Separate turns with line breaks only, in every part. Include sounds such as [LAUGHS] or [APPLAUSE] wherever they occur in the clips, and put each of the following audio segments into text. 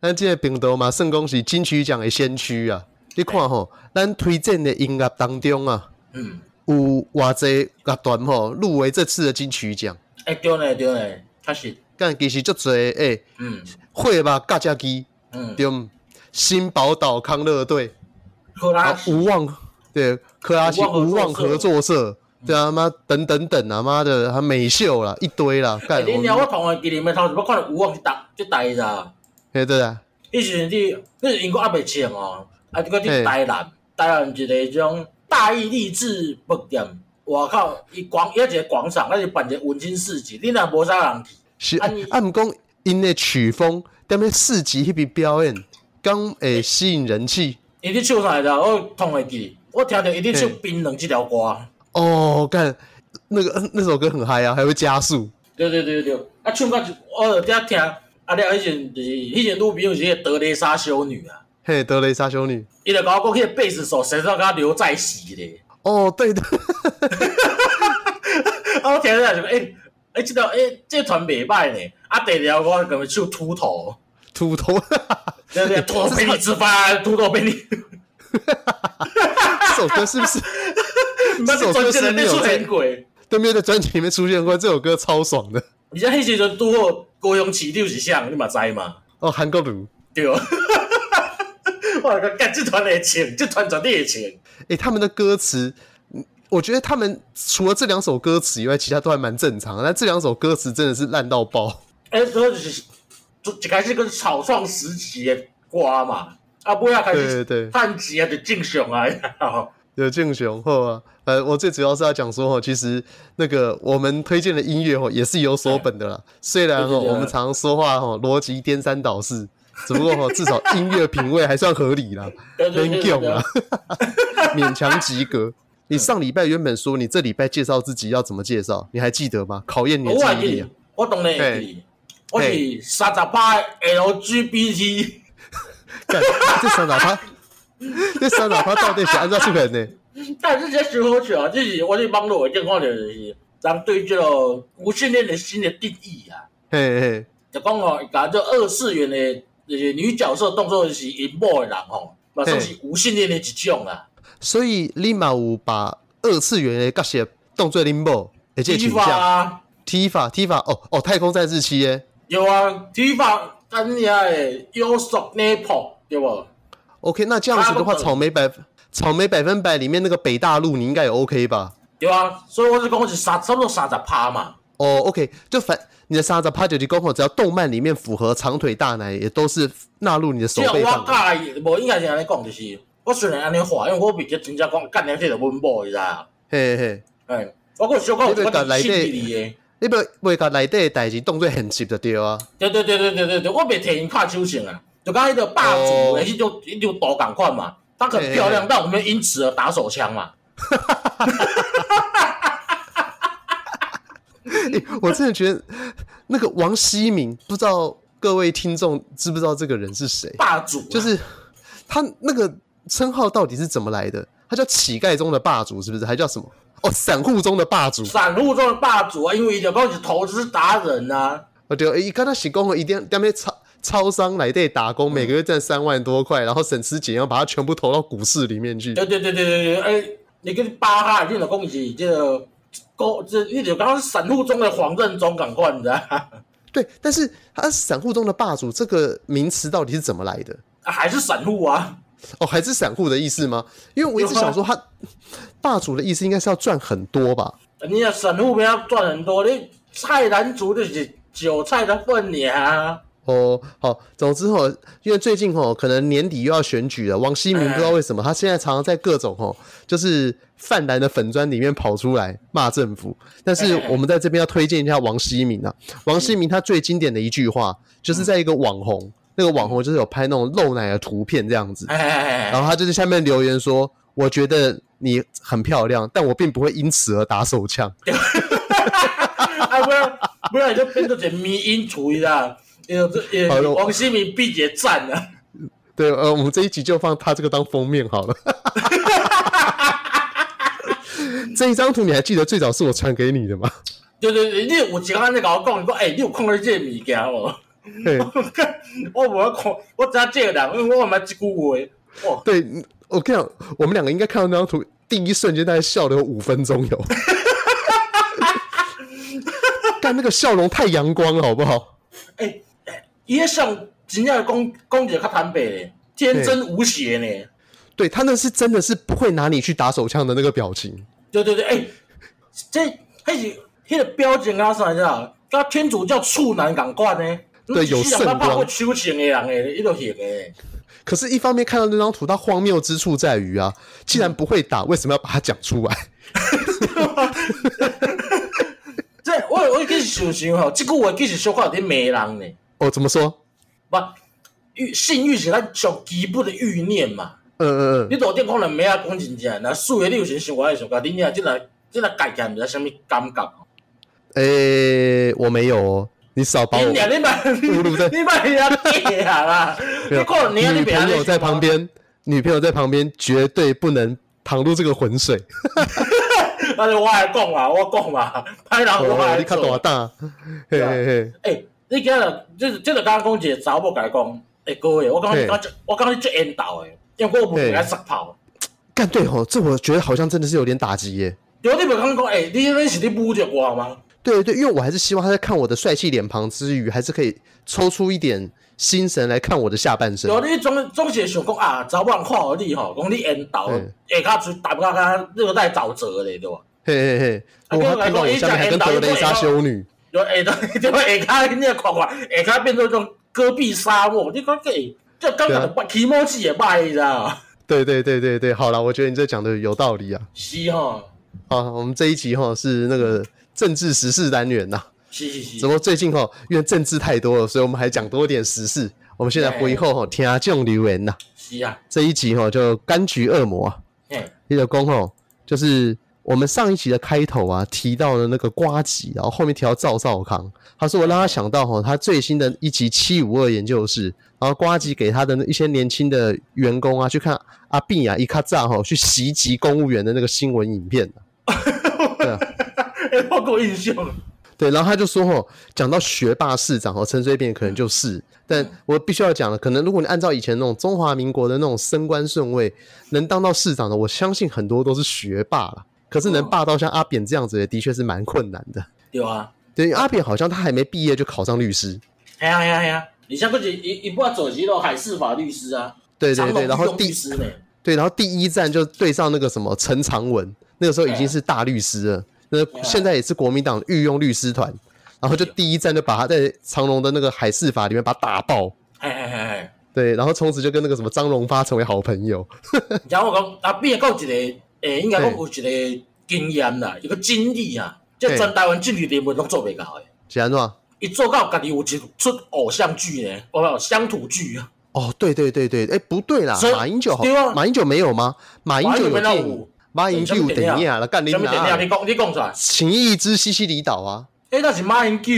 咱即个频道嘛，算讲是金曲奖的先驱啊。你看吼，咱推荐的音乐当中啊，
嗯，
有偌济乐团吼入围这次的金曲奖，
哎、对呢对呢，确实，
但其实足济诶，
嗯
会吧，嘎加基
嗯，
对毋？新宝岛康乐队
克拉
啊，
西，
无望对科拉西无
无
望
望
合
合
作
作
社，对啊妈等等等啊妈的，还美秀啦一堆啦，
哎、
干
你
我
娘，我
们
同学记年咪头一摆看到有啊望去打，去台啦，
嘿对啊，
迄时阵你，迄时英国还袂清哦，啊，这个去
嘿
台南，台南一个迄种大义励志饭店，外口伊广，伊一个广场，啊，就办一个文青市集，你若无啥人去，
是
啊
啊
你，
毋讲因的曲风，踮咧市集迄边表演，刚会吸引人气。
伊伫唱啥来着？我同会记，我听着伊伫唱
嘿
《冰冷》即条歌。
哦，干那个 [LAUGHS] 那首歌很嗨啊，还会加速。
对对对对，啊，唱到就我就听，啊，了迄阵就是迄阵女朋友是迄个德蕾莎修女啊，
嘿，德雷莎修女。
伊就甲我讲，迄个贝斯手谁知道甲刘在熙咧，
哦，对的，
啊，我听着就诶诶，即条诶，这团袂歹呢，啊，第二条我可能唱秃头，
秃头，
对对，秃头被你吃饭，秃头被你，
[LAUGHS] 这首歌是不是
毋捌专辑人咧出现过，而
都没有在专辑里面出现过？这首歌超爽的。
且迄时阵拄好高雄市长是啥，你嘛知嘛，
哦，韩国鲁，
对。 [LAUGHS] 我讲，干这团会请，这团绝对会请。
诶，他们的歌词，嗯我觉得他们除了这两首歌词以外，其他都还蛮正常的。但这两首歌词真的是烂到爆。
哎、欸，所以就是就一开始个草创时期的歌嘛，啊，尾啊开
对对
始
对。
趁钱啊就正常啊，
有敬雄后啊，呃，我最主要是要讲说哦，其实那个我们推荐的音乐哦，也是有所本的啦。虽然哦，
哎对对对
我们常说话哦，逻辑颠三倒四，只不过哦，至少音乐品味还算合理啦，
对 [LAUGHS] 对
勉
对对
强啊
对，
啦， [LAUGHS] 勉强及格。你上礼拜原本说你这礼拜介绍自己要怎么介绍，你还记得吗？考验你的
我还
记
记
忆、啊
得。，我当然会记得，我是三十八 LGBT，
干，这三打
[LAUGHS]
他，这三打他到底是安怎出现的？
但是这时候去啊，这是我伫网络一定看到的就是，咱对这个无性恋的新的定义啊，
嘿嘿，
就讲哦，把这二次元的就是女角色当作是淫某的人吼，嘛算是无性恋的一种啊啦。
所以你嘛有把二次元的角色当做恁某，而且
衣
倾
服
向
啊。
踢法踢法哦哦，太空战士七耶
有啊，提法咱遐诶有索内破对无？
，OK，那这样子的话，
啊我懂
草莓百草莓百分百里面那个北大陆你应该也 OK 吧？
对啊，所以我就讲是三差不多三十趴嘛。
哦，OK，就反你的沙子趴九级公吼，只要动漫里面符合长腿大奶，也都是纳入你的手
只要我
背范围。
教伊，无应该是安尼讲，就是我虽然安尼话，因为我比较真正讲干了这个阮某，你知啊？
嘿嘿，
哎、我佫小可有一
你要把
寡
内
是
底
信义诶。
你不袂甲内底的代志当做现实就对啊。
对对对对对对对，我袂替因拍手心啊，就讲迄个霸
哦
主诶，迄种迄种图共款嘛，她很漂亮，但我们因此而打手枪嘛。
欸我真的觉得那个王希明，不知道各位听众知不知道这个人是谁？
霸主、啊、
就是他那个称号到底是怎么来的？他叫乞丐中的霸主，是不是？还叫什么？哦，散户中的霸主。
散户中的霸主啊，因为伊就讲是投资达人啊。
哦对，伊刚他洗工了，一定在那超超商来对打工，每个月赚三万多块，然后省吃俭用把它全部投到股市里面去。
对对对对对对，哎、你跟巴哈，你就讲是这个高，这你就讲是散户中的黄任中赶快，你知道？
对，但是他散户中的霸主这个名词到底是怎么来的？
[LAUGHS] 还是散户啊？
哦，还是散户的意思吗？因为我一直想说他霸主的意思应该是要赚很多吧。
你要散户不要赚很多，你菜篮族就是韭菜的份量啊。
哦，好，总之哦，因为最近哦，可能年底又要选举了，王希明
哎
不知道为什么，他现在常常在各种哦，就是泛蓝的粉砖里面跑出来骂政府。但是
哎哎
我们在这边要推荐一下王希明啊，王希明他最经典的一句话，就是在一个网红，那个网红就是有拍那种露奶的图片这样子，
哎哎
然
哎，
后他就是下面留言说：“我觉得你很漂亮，但我并不会因此而打手枪。”
啊不然不然你就变成一个迷因主义啦。有这也
好了我
王新民必结赞啊！
对，呃，我们这一集就放他这个当封面好了。这一张图你还记得最早是我传给你的吗？
对对对，你有一天你甲我讲，你讲哎、你有看到这个物件无？
嘿
我无要看，我知影这个人，因为我毋捌即句话。哦，
对，我跟你讲，我们两个应该看到那张图，第一瞬间大概笑了有五分钟有。但那个笑容太阳光了，好不好？
诶、诶伊迄上真正讲讲一个较坦白咧，天真无邪呢。
对他那是真的是不会拿你去打手枪的那个表情，
对对对，诶、这迄是迄个表情啊啥啥，甲天主教处男共款呢。
对有圣光
包括修行的人诶，伊就行诶。
可是，一方面看到那张图，它荒谬之处在于啊，既然不会打，为什么要把它讲出来？
这我我其实想想吼，即句话其实小可有点骂人呢。
哦，怎么说？
不，欲性欲是咱上基本的欲念嘛。
嗯嗯
你
嗯，
路顶可能没啊讲真正，若素颜你有时想我爱想甲你啊，即若即若家己也毋知道啥物感觉哦。
诶、我没有哦，你少把
你
我
俩你买你
[LAUGHS] 侮辱在
你买你啊假啦！
没
你
有
可能你啊你
女
别安
朋
尼
友在旁，边，女朋友在旁边绝对不能淌入这个浑水。
[LAUGHS] 啊我来讲嘛，我讲嘛，歹人 [LAUGHS] 我
哦，
来
你看多
做。啊
大？嘿嘿嘿，
诶，你今日即即就刚刚讲一个查某甲伊讲，诶各位，我感觉你
嘿
讲我感觉你最缘投诶，因为我无爱杀炮。
干对吼，这我觉得好像真的是有点打击耶。
对，你袂讲讲，诶，你恁是咧侮辱我吗？
对对，因为我还是希望他在看我的帅气脸庞之余，还是可以抽出一点心神来看我的下半身。
对，你总总是会想讲啊，查某人看互你吼，讲你缘投
嗯
下骹出打到甲你个在沼泽咧，对无？
嘿嘿嘿，
啊
我
跟我
还
来
看到
说
我
一
下面
讲
还跟
N
德
导
雷莎
一
修女。
就下骹 [LAUGHS] 对吧？下骹你也看看，下骹变做种戈壁沙漠，你讲这这感
啊
觉就起毛起也歹你知道吗？
对对对对对，好啦，我觉得你这讲的有道理啊。
是吼，
好，我们这一集哈是那个政治时事单元呐、
是是是
只不，过最近哈，因为政治太多了，所以我们还讲多一点时事。我们现在回后哈，听众留言呐、
是啊，
这一集哈就柑橘恶魔啊，
嘿，
你的公吼，就是我们上一集的开头啊提到了那个瓜吉，然后后面提到赵少康，他说我让他想到哈，他最新的一集七五二研究室，然后瓜吉给他的一些年轻的员工啊去看阿碧啊伊卡扎哈去袭击公务员的那个新闻影片、
[LAUGHS] 哎，我够印象，
对，然后他就说哦，讲到学霸市长哦，陈水扁
嗯
可能就是，但我必须要讲了，可能如果你按照以前那种中华民国的那种升官顺位，能当到市长的，我相信很多都是学霸啦。可是能
嗯
霸到像阿扁这样子的，的确是蛮困难的。
对啊，
对，因为阿扁好像他还没毕业就考上律师，
嘿啊嘿啊嘿啊，而且佫是伊伊不做是咯海事法律师啊，
对
长
对
隆
对，然后
御用律
第
师呢，
对，然后第一站就对上那个什么陈长文，那个时候已经是大律师了，那现在也是国民党御用律师团，然后就第一站就把他在长隆的那个海事法里面把他打爆。
嘿嘿嘿嘿。
对，然后从此就跟那个什么张荣发成为好朋友。
然后我讲，阿扁还有一个，诶、应该讲
嘿
有一个经验啦，一个经历啊，即
嘿
全台湾政治联盟拢做袂到诶。
是安怎啊样？
伊做到家己有一出偶像剧呢，哦，不乡土剧啊，
哦，对对对对，哎，不对啦
所，以
马英九好
对啊，
马英九没有吗？马英九有
马英九
电
没那
影
有，
马英九有
什么电
电
影
影啊，干你
什么电影啊？
娘！
你讲，你讲出来。
情义之西西里岛啊，
诶、那是马英九，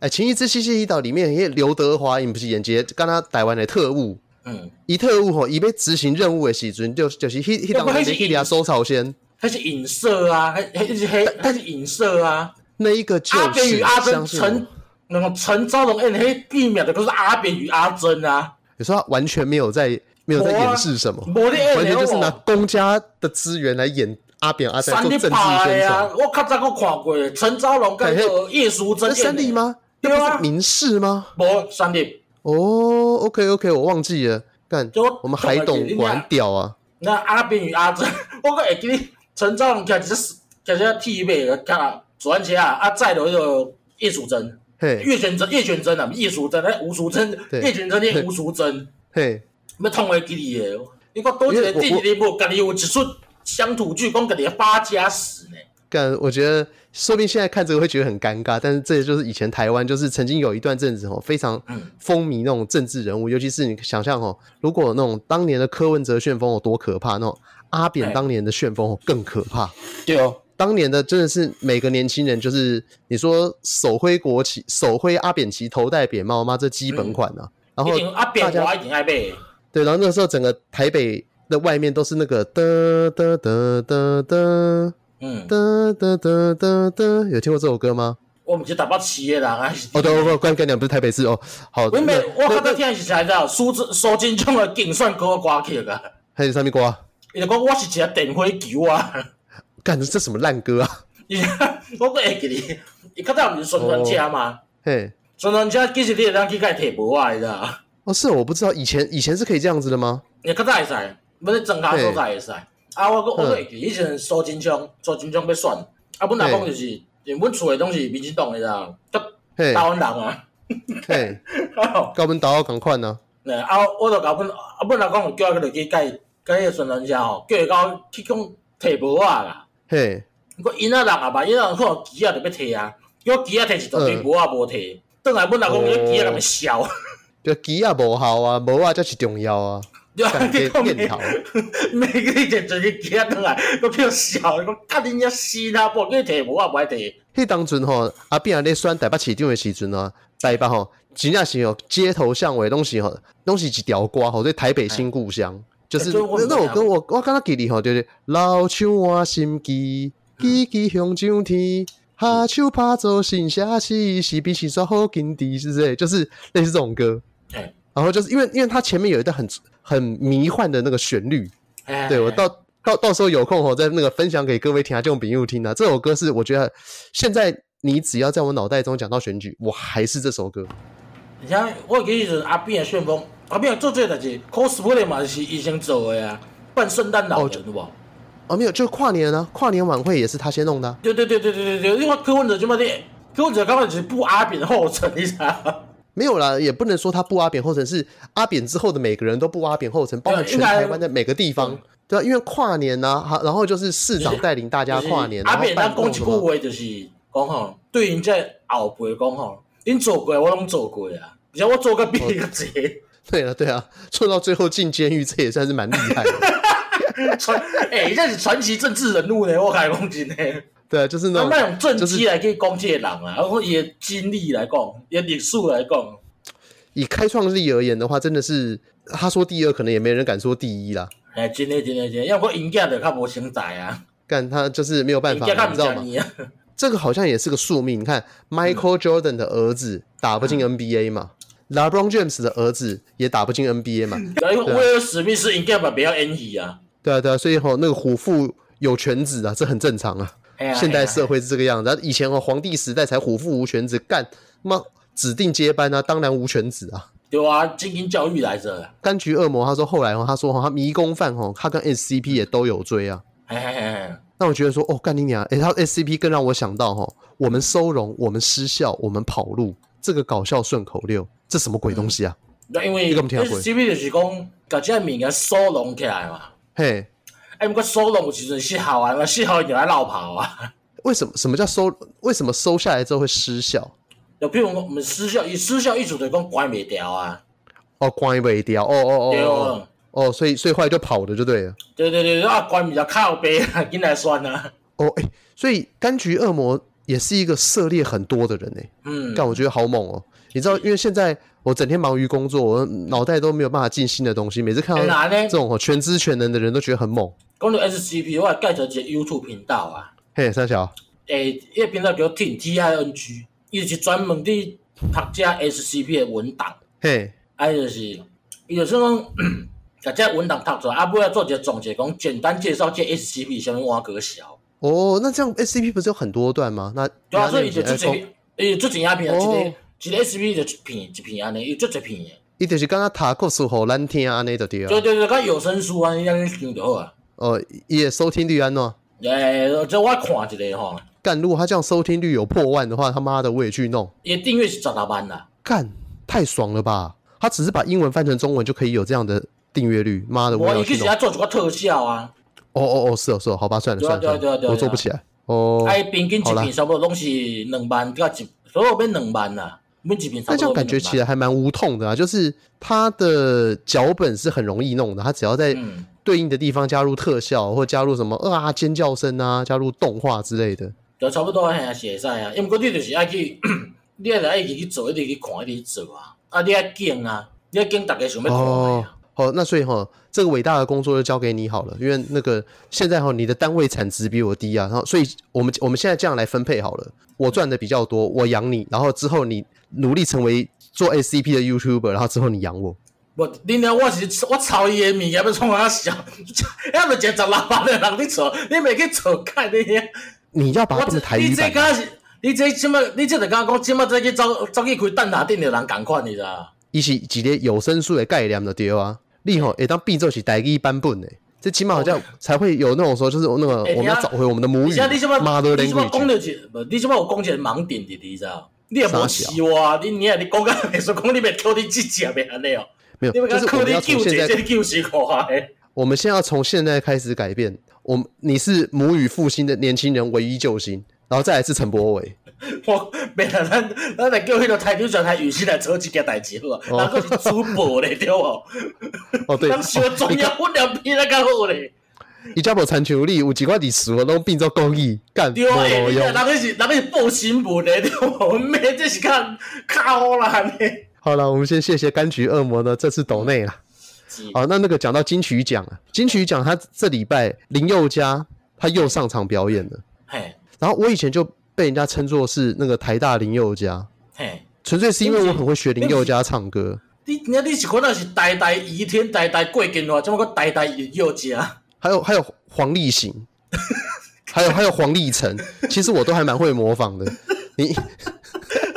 哎，情义之西西里岛里面，迄刘德华因不是演这个刚刚台湾的特务，
嗯，
伊特务吼，伊要执行任务的时阵，就就是迄迄当
要不然
中
是
去俩收草先，
迄是影射啊，迄迄是迄迄是影射啊。
那一个就
阿扁
是
与阿珍
相信我
陈，，那个陈昭荣，诶、迄避免的都是阿扁与阿珍啊，
有时候他完全没有在没有在
没啊
掩饰什么。
无你演
完全就是拿
的
公家的资源来演阿扁阿
我
呆
三
做
立
政哎治
拍
宣
的啊
传。，
我较早我看过陈昭荣跟那个叶淑
那
珍
三立
演的。
吗？那
对啊
不是民事吗？
无三立，
哦，OK OK，我忘记了。干
就我，
我们海
我忘记
董
了
果然屌啊！
那阿扁与阿珍， [LAUGHS] 我阁会记你陈昭荣骑一只骑一只铁马，甲转车啊，啊载落迄个叶淑珍、
嘿
叶玄真、叶玄真啊，不是叶淑珍，那吴淑珍、
对
叶玄真、那吴淑珍，
嘿，
要痛会记你的。你看多一个
因
地
为
理无，家己有一出乡土剧，讲家己的发家史呢。
干，我觉得说不定现在看这个会觉得很尴尬，但是这就是以前台湾就是曾经有一段阵子哦，非常
嗯
风靡那种政治人物，尤其是你想象哦，如果那种当年的柯文哲旋风有多可怕，那种阿扁
对
当年的旋风哦更可怕。
对哦，
当年的真的是每个年轻人，就是你说手挥国旗、手挥阿扁旗、头戴扁帽，妈这基本款啊。然
一
后
定阿扁
大
我
家
一定爱买的。
对，然后那时候整个台北的外面都是那个哒哒哒哒哒
嗯，
哒哒哒哒哒，有听过这首歌吗？
我毋是台北市诶人啊。
哦，对，我刚跟你讲不是台北市哦。好，
我每
那
我较早听的是啥知道？苏志苏金昌的竞选歌歌曲啊，
还有上面瓜，
伊就讲我是一个电火球啊， [LAUGHS]
干这什么烂歌啊？
伊我阁会记哩，伊较早毋是宣传车
哦
嘛，
嘿，
宣传车其实你会当去甲伊摕无啊，你知道？
哦，是哦我不知道，以前以前是可以这样子的吗？
伊较早会使，要是装卡所在会使。啊，我阁我
嗯
阁会记，以前苏金昌苏金昌要选，啊，阮阿公就是，因为阮厝诶拢是民进党诶啦，甲
嘿，
台湾人 [LAUGHS] 啊。
嘿，高门打到赶快呢？
对，啊，我就甲阮啊，阮阿公就叫我去去甲伊甲迄个宣传车吼，叫伊甲我去讲摕无啊啦。
嘿，
我因啊人啊吧，因啊人看有机啊就要摕啊，我机啊摕一大堆，
嗯
无啊无摕。转来阮阿公，
哦
迄机啊甲咪笑，
就鸡啊无效啊，无啊才是重要啊。
[LAUGHS] 对啊，
干
你
这
讲
电头
每， [LAUGHS] 每个一阵阵机啊转来，我叫笑，我甲恁遐死啦，无叫伊摕无啊无爱摕。
迄当阵吼，阿扁咧选台北市长的时阵啊，台北吼真正是吼街头巷尾拢是吼，拢是一条歌吼，对台北新故乡，就是
欸这我
那
不
那
知
我
道
跟我我刚刚记得吼，就是老树换新枝，枝枝向上天。下手拍做新城市，是比是耍好金地，是不是？就是类似这种歌，
哎
然后就是因为因为它前面有一段很很迷幻的那个旋律，
哎
对我到到到时候有空哦，再那个分享给各位听众朋友听啊。这首歌是我觉得现在你只要在我脑袋中讲到选举，我还是这首歌。
而且哎我有记迄阵阿扁的旋风，阿扁做这代志，cosplay 嘛是医生做的啊，扮圣诞老
哦
人有无？
哦，没有，就跨年啊，跨年晚会也是他先弄的啊、
对对对对对对对，因为柯文哲即摆咧，柯文哲感觉就是步阿扁的后尘，你知道吗？
没有啦，也不能说他不阿扁后尘，是阿扁之后的每个人都不阿扁后尘，包含全台湾的每个地方，对啊，因为跨年呐、啊，然后就是市长带领大家跨
[LAUGHS]
年，
就是
然
阿
后
扁咱
办
讲一
公
句
什么，
话就是讲吼，对因这后辈讲吼，恁做过的我拢做过啊，而且我做个比
哦
你较济。
对啊，对啊，做到最后进监狱，这也算是蛮厉害的，
传 [LAUGHS] 哎、欸，这是传奇政治人物呢，我甲你讲真诶。
对啊，就是那种
咱莫用政
就是
绩来去讲即个人啊，我讲伊的经历来讲，伊的历史来讲。
以开创力而言的话，真的是他说第二，可能也没人敢说第一啦。
哎，真诶，真诶，真诶，要不因囝就较无成才啊，
干他就是没有办
因
法，
囝较
你
毋
知道
知
吗？
你嗯啊， [LAUGHS]
这个好像也是个宿命。你看，Michael Jordan 的儿子打不进
嗯
NBA 嘛、l e b r o n James 的儿子也打不进 NBA 嘛。
因为威尔史密斯因囝嘛不要演戏啊，
对啊，对啊，所以吼、那个虎父有犬子啊，这很正常啊。
哎呀
现代社
会
会是这个样子，然后以前哦皇帝时代才虎父无犬子，干妈指定接班啊，当然无犬子啊。
对啊，精英教育来着，
柑橘恶魔他说后来哦，他说哦，他迷宫饭哦，他跟 SCP 也都有追啊。
嘿嘿嘿，
那我觉得说，哦，干你娘！诶、他 SCP 更让我想到哈，我们收容，我们失效，我们跑路，这个搞笑顺口溜，这什么鬼东西啊？
那因为
你敢有听过
C P 就是讲，甲即个物件收拢起来嘛，
嘿，
啊，毋过收拢有时阵失效啊，失效伊就爱落跑啊，
为什么什么叫收？为什么收下来之后会失效？
就譬如讲我们失效，伊失效意思就是讲关袂掉啊，
哦，关尾掉，哦哦哦
对
哦
哦，
哦，所以所以后来就跑的就对了。
对对对，啊，关比较靠背啊， [LAUGHS] 紧来算啊，
哦，诶、所以柑橘恶魔也是一个涉猎很多的人诶、
嗯，
干我觉得好猛哦、你知道，因为现在我整天忙于工作，我脑袋都没有办法进新的东西，每次看
哎
到
哪呢
这？种哦全知全能的人都觉得很猛。
讲到 S C P，我会介绍一个 YouTube 频道啊。
嘿，三小。
诶、迄个频道叫 Tin T I N G，伊就是专门伫读遮 S C P 的文档，
嘿，
啊，伊就是伊就是讲， [COUGHS] 甲遮文档读出来，啊，尾仔做一个总结，讲简单介绍这 S C P 啥物碗粿小，
哦，那这样 S C P 不是有很多段吗？那
对啊，
那
所
你呃
以伊就
来
做
讲
一，伊做一影片，一
哦
个一个 S C P 就一片一片安尼，伊做一片的，
伊就是刚刚塔故事互咱听安尼就对
对
啊。
对对，甲有声书安尼安尼听就好啊。
哦，伊的收听率安怎？
诶、哎这我看一个吼，
干，如果他这样收听率有破万的话，他妈的我也去弄。
伊的订阅是十六万啦，
干，太爽了吧！他只是把英文翻成中文就可以有这样的订阅率，妈的我也
无
要
伊去
去
是
弄。
遐
哦
做一寡特效啊，
哦哦，是哦是哦，好吧，算了
对啊
算了
对啊
算
对啊对
了，
啊
我做不起来。哦，
啊，伊平均一
好啦
片差不多拢是两万到一，所有变两万啦，每一片差
那
不
这
多
样
要
感
两
觉
万。
起来还蛮无痛的啊，就是他的脚本是很容易弄的，他只要在
嗯，
对应的地方加入特效，或加入什么啊尖叫声啊，加入动画之类的。
就差不多嘿，是会使啊。因为你就是爱去， [COUGHS] 你爱来一直去做，一直去看，一直去做啊。啊，你爱见啊，你爱见，逐个想要看的啊。
哦好，那所以哈，这个伟大的工作就交给你好了，因为那个现在哈，你的单位产值比我低啊，然后所以我们我们现在这样来分配好了，我赚的比较多，我养你，然后之后你努力成为做 SCP 的 YouTuber，然后之后你养我，
无，恁娘，我是我抄伊的物件要创啥啊笑， [LAUGHS] 还咪一个十六万的人在做，你袂去做干你娘！
你要把它
我
变
这
成台
你
语
这
版。
敢是，你这即摆，你这就敢讲即摆再去走走去开蛋挞店的人共款，你知道？
伊是一个有声书的概念就对啊。你吼会当变做是台语版本的，这起码好
哦
像才会有那种说，就是那个
欸
我们要找回我们的母
而
语
且你即摆，
mother
你即摆讲
language。
到一个，无，你即摆有讲一个盲点伫你知道？你也无
啥
饲我，你你也你讲到袂说讲你袂扣你即只袂安尼哦，
没有，
你要
就
讲
是我
扣
们
你
要
救
从
济，
现在，
这你救死可诶。
我们现在要从现在开始改变。我们你是母语复兴的年轻人唯一救星，然后再来是陈柏
[LAUGHS]
伟。
我袂啦，咱咱来叫迄个台球上台雨欣来做一件代志好啊，
哦
人佫是主播咧，对无？
哦，对，
咱小中央分两边来较好咧，
伊家无参球力，有几块历史我都变做公益干
对啊，
无
欸你
用
看。人佫是人佫是报新闻咧，对 [LAUGHS] 无？妹这是较较好啦咧。
好了，我们先谢谢柑橘恶魔的这次抖内啦。
是
好，哦那那个讲到金曲奖啊，金曲奖他这礼拜林宥嘉他又上场表演了。
嘿，
然后我以前就被人家称作是那个台大林宥嘉，
嘿，
纯粹是因为我很会学林宥嘉唱歌。
你你你是可能是代代倚天，代代过金话，怎么个代代日又家？
还有还有黄立行，还有还有黄立成，其实我都还蛮会模仿的。你
[LAUGHS]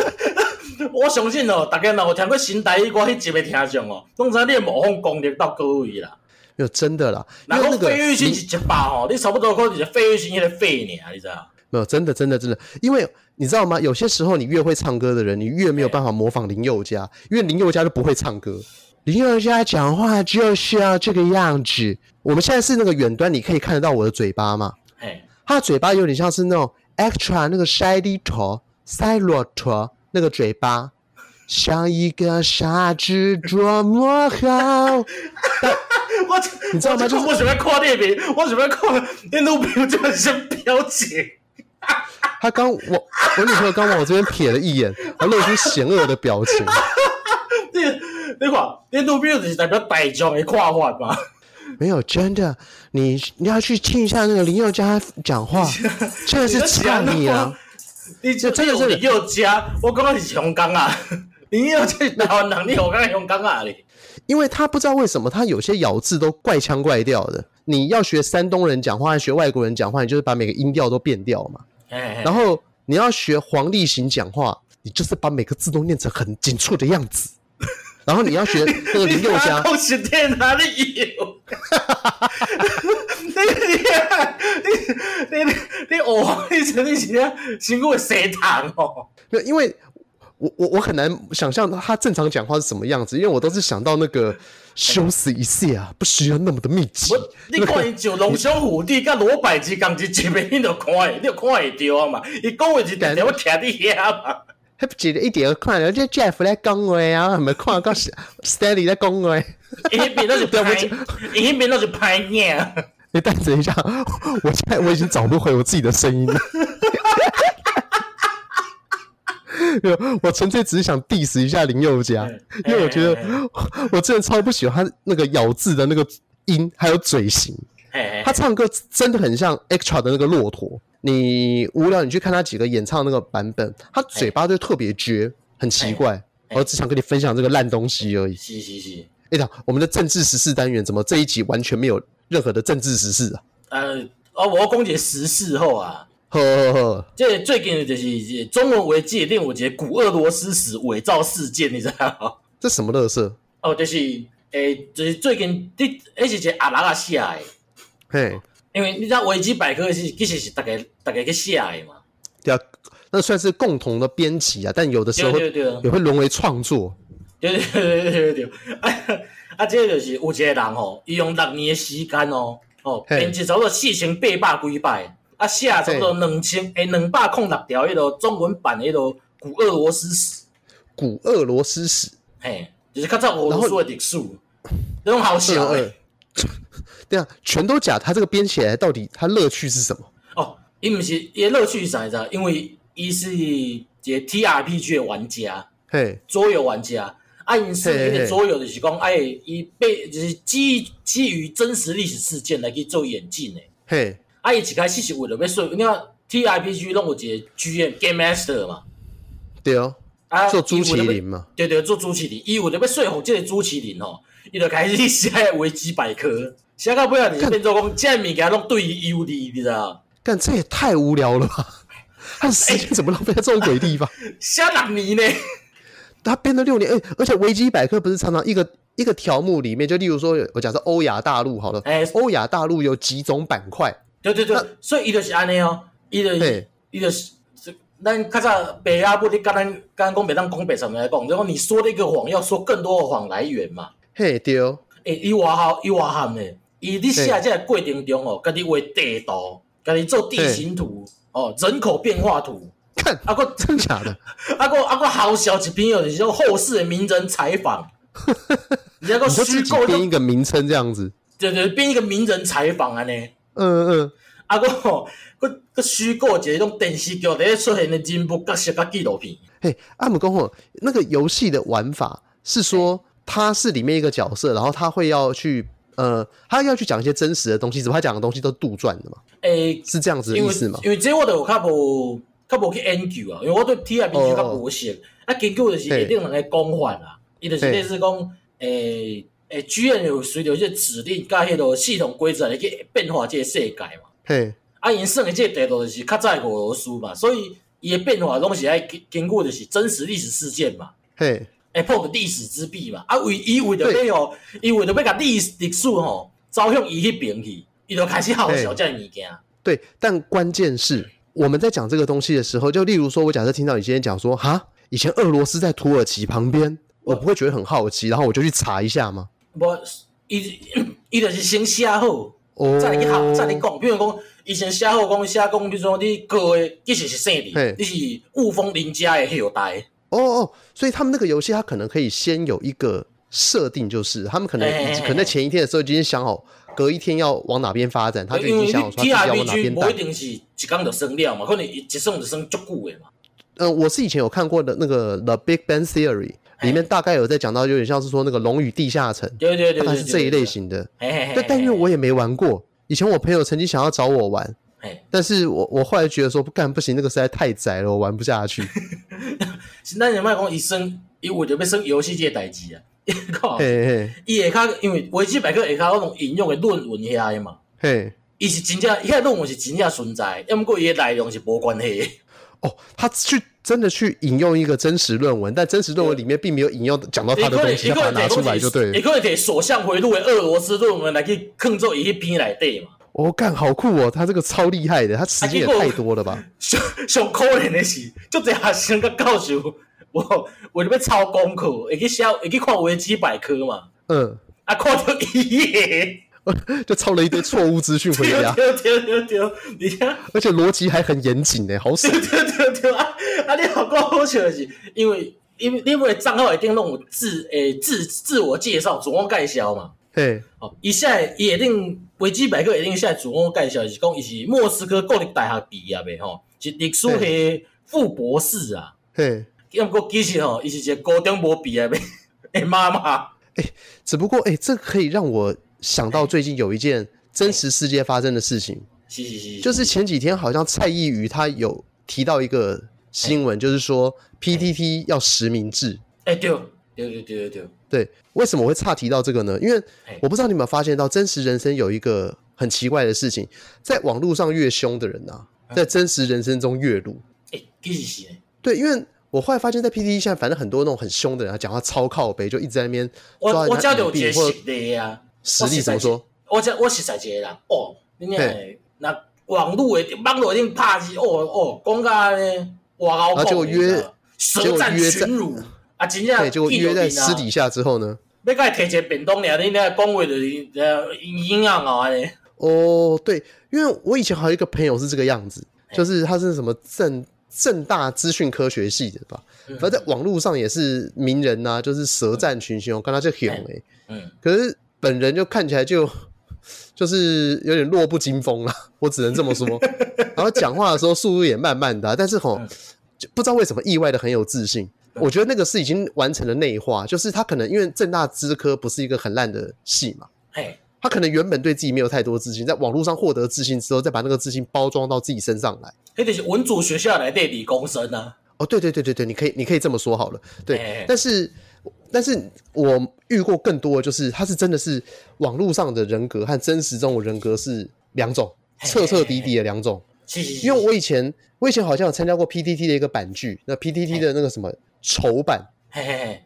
我相信哦，大家若有听过新台语歌迄集的听众哦，拢知道你的模仿功力到各位啦。
没有真的啦，因
然
为那
后
个
费玉清
林
是一百吼，你差不多可能是费玉清迄个费尔，你知道？
没有真的真的真的，因为你知道吗？有些时候你越会唱歌的人，你越没有办法模仿林宥嘉，因为林宥嘉就不会唱歌。林宥嘉讲话就是要这个样子。我们现在是那个远端，你可以看得到我的嘴巴吗？
嘿，
他的嘴巴有点像是那种 extra 那个塞里头塞骆驼那个嘴巴，像一个傻子琢磨好。
我
你知道吗
我
就是
我想要看那边，我想要看你女朋友这个是表情，
他刚我我女朋友刚往我这边瞥了一眼，还露出险恶的表情。
你你看，你女朋友就是代表大众的看法嘛？
[LAUGHS] 没有，真的，你你要去听一下那个林宥嘉讲 [LAUGHS] 话，真的是呛你啊！
你
这真的是
你有家，我感觉是香港啊，你要去台湾人，你何解香港啊你？
因为他不知道为什么，他有些咬字都怪腔怪调的。你要学山东人讲话，学外国人讲话，你就是把每个音调都变掉嘛。
嘿
然
嘿，
后你要学黄立行讲话，你就是把每个字都念成很紧促的样子。然后你要学那个林宥 [LAUGHS] 嘉，
恭喜天哪，你有？你你你你你哦，你真你是啥？辛苦蛇糖哦。
没有，因为我我我很难想象他正常讲话是什么样子，因为我都是想到那个休息一下，不需要那么的密集
我。你
那个
看伊上龙翔虎地甲罗百吉共一集面，你就看会，你就看会着啊嘛。伊讲话是直接我徛伫遐嘛。
他一个一点看了，这 Jeff 在讲话啊，没看到 Stanley 在讲话。
伊迄边都是
对不
拍
起，
伊迄边都是拍影。
你等等一下，我现在我已经找不回我自己的声音了。 [LAUGHS] 没有，我纯粹只是想 diss 一下林宥嘉
嗯，
因为我觉得
嗯嗯
我我真的超不喜欢他那个咬字的那个音，还有嘴型。
嘿
他唱歌真的很像 extra 的那个骆驼。你无聊，你去看他几个演唱那个版本，他嘴巴就特别撅，很奇怪。
哎
我只想跟你分享这个烂东西而已。
是是是，
哎呀，我们的政治时事单元怎么这一集完全没有任何的政治时事啊？
呃，啊，我讲一个时事后啊，
呵呵呵，
即个最近就是中文维基定有一个古俄罗斯史伪造事件，你知道吗？
这什么乐色？
哦，就是诶、就是最近你迄是一个阿拉啊写诶，
嘿，
因为你知道维基百科是其实是大家大家去写诶嘛。
对啊，那算是共同的编辑啊，但有的时
对
候
对对。啊
也会沦为创作。
对对对对对对， [LAUGHS] 啊啊，这个就是有一个人吼，伊用六年的时间哦，哦，
嘿
编辑差不多四千八百几摆，啊写差不多两千诶两百空六条迄个中文版的迄个古俄罗斯史，
古俄罗斯史，
嘿，就是较早俄罗斯的历史，那种好笑
二
诶
二。 [LAUGHS] 对啊，全都假。他这个编起来到底他乐趣是什么？
哦，伊毋是伊的乐趣是啥你知道？因为伊是一个 TRPG 的玩家，
嘿，
桌游玩家，啊，因视频
嘿
的
嘿
作用就是讲，哎，伊被就是基基于真实历史事件来去做演进的。
嘿，
啊，伊一开始是为了要说，你看 T I P G 拢有一个 G M Game Master 嘛，
对哦，
啊，
做朱
伊
麒
为了
麟
要，
嘛，
对对，做朱麒麟，伊为了要说服这个朱麒麟吼，伊就开始写维基百科，写到尾啊，就是变做讲，这物件拢对伊有利，你知道吗？
干这也太无聊了吧？ [LAUGHS] 他的时
哎
间怎么浪费在这种鬼地方？
写六年呢？
他编了六年，哎、而且维基百科不是常常一个一个条目里面，就例如说有，我假设欧亚大陆好了，
哎
欧亚大陆有几种板块，
对对对
那，
所以伊就是安尼哦，伊就
嘿
伊就是，咱较早白阿不，你刚咱刚刚讲白当讲白什么来讲，然后你说了一个谎，要说更多的谎来源嘛。
嘿，对哦，
诶，伊外号伊外含诶，伊伫写这个过程中哦，家己画地图，家己做地形图，哦，人口变化图，
看
啊个
真假的，
啊个啊个好小一篇哦，就是说后世的名人采
[LAUGHS]
访，你还个
你就
虚
自己
构
编
就
一个名称这样子，
对对，编一个名人采访安尼。
嗯嗯，
啊，我吼，佮佮虚构一个种电视剧咧出现的人物角色甲纪录片，
嘿，阿姆公吼，那个游戏的玩法是说他是里面一个角色，然后他会要去呃，他要去讲一些真实的东西，只不过他讲的东西都杜撰的嘛，
诶、
是这样子的
因
意
为
思吗？
因为这我都较无较无去研究啊，因为我对 T I P
哦
较无熟，啊，研究就是一定人的讲法啦，伊就是类似讲呃诶诶居然有随着这指令甲迄个系统规则来去变化这个世界嘛。
嘿，
啊，因算的这个地图就是较早的俄罗斯嘛，所以伊的变化拢是爱经过就是真实历史事件嘛。
嘿，
会碰着历史之壁嘛。啊，为伊为着要哦，伊为着要甲历史历史吼走向伊迄边去，伊就开始好笑这个物件。
对，但关键是我们在讲这个东西的时候，就例如说，我假设听到你今天讲说，哈，以前俄罗斯在土耳其旁边，
哦
我不会觉得很好奇，然后我就去查一下吗？
无伊伊 [COUGHS] 就是先写好，
哦，
再来去好，再来讲。比如讲，伊先写好讲写讲，比如说你高诶，其实是姓李
嘿，
你是雾峰林家的后代。
哦哦，所以他们那个游戏，它可能可以先有一个设定，就是他们可能
哎哎
已
哎
经可能在前一天的时候已经想好，隔一天要往哪边发展，他就已
因为
经
你
想好说他自己要往哪
TRPG
边
无一
带。
定是一工就算了嘛，可能一算就算足久的嘛。
嗯，我是以前有看过的那个《The Big Bang Theory》，里面大概有在讲到，有点像是说那个《龙与地下城》，
对哎对对
大
对
概
对，
是这一类
对。
型的。
嘿嘿嘿，
但但因为我也没玩过，以前我朋友曾经想要找我玩，
嘿
但是我我后来觉得说不干不行，那个实在太窄了，我玩不下去。
是咱人莫讲伊算，伊为着要算游戏这个代志啊。 [LAUGHS] 伊讲
嘿嘿
伊下骹，因为维基百科下骹迄种引用的论文遐的嘛，
嘿，
伊是真正，迄个论文是真正存在的，要毋过伊的内容是无关系的。
哦，他去真的去引用一个真实论文，但真实论文里面并没有引用讲到他的东西，
伊
他
可
把它
能
拿出来就对
伊
了。
可能摕所向回路的俄罗斯论文来去囥做伊迄篇内底嘛。
我、哦、干，好酷哦！他这个超厉害的，他时间也太多了
[LAUGHS]
吧？
上上可怜的是，足侪学生甲教授，我为了要抄功课，会去写，会去看维基百科嘛，
嗯，
啊，看到伊的，
就抄了一堆错误资讯回
对 [LAUGHS]
家，
对对对对，而且。
而且逻辑还很严谨呢，
[LAUGHS]
好爽！
对对对啊！啊，你好够好笑的是，因为因为因为账号一定弄有自诶、自自我介绍、自我介绍嘛。
嘿，
哦，伊现在伊一定维基百科一定现在自我介绍是讲伊是莫斯科国立大学毕业的吼，是历史系副博士啊。
嘿，
要毋过其实吼，伊是一个高中无毕业的诶妈妈。
只不过哎、这可以让我想到最近有一件真实世界发生的事情，
是是是，
就是前几天好像蔡依瑜她有提到一个新
哎
闻，就是说 PTT 要实名制。
诶、哎对对对对对对，
对，为什么我会岔提到这个呢？因为
哎
我不知道你有没有发现到，真实人生有一个很奇怪的事情，在网络上越凶的人啊，
嗯
在真实人生中越鲁。
诶、哎其实是诶，
对，因为我后来发现，在 PTT 现在反正很多那种很凶的人啊，讲话超靠北，就一直在那边
我
抓
我
人
交
家
流
隐
一个
蔽
实
或
例啊。
实力怎么说？
我这我实在一个人哦，你娘的，那网络的网络顶拍字哦哦，讲到安尼，我老
啊结果约
舌战
结
群
果
儒啊，真
对，
正
结果约在私底
下，
下之后呢？
要甲伊摕一个便当尔，你那讲话就是呃营养啊安尼，
哦，对，因为我以前还有一个朋友是这个样子，就是他是什么正正大资讯科学系的吧，
嗯
反正在网络上也是名人呐、就是舌战群雄，跟他就很哎、
嗯，
可是本人就看起来就就是有点弱不禁风啊，我只能这么说。
[LAUGHS]
然后讲话的时候速度也慢慢的啊、但是吼、
嗯
就不知道为什么意外的很有自信。我觉得那个是已经完成了内化，就是他可能因为正大资科不是一个很烂的系嘛，
嘿，
他可能原本对自己没有太多自信，在网络上获得自信之后，再把那个自信包装到自己身上来。
迄就是文主学校来对理工生啊，
哦，对对对对对，你可以你可以这么说好了，对。
哎
但是呃但是我遇过更多的就是，他是真的是网络上的人格和真实中的人格是两种，
嘿
彻彻底底的两种。
是是是
因为我以前我以前好像有参加过 PTT 的一个版剧，那 PTT 的那个什
哎
么丑版，
嘿嘿嘿，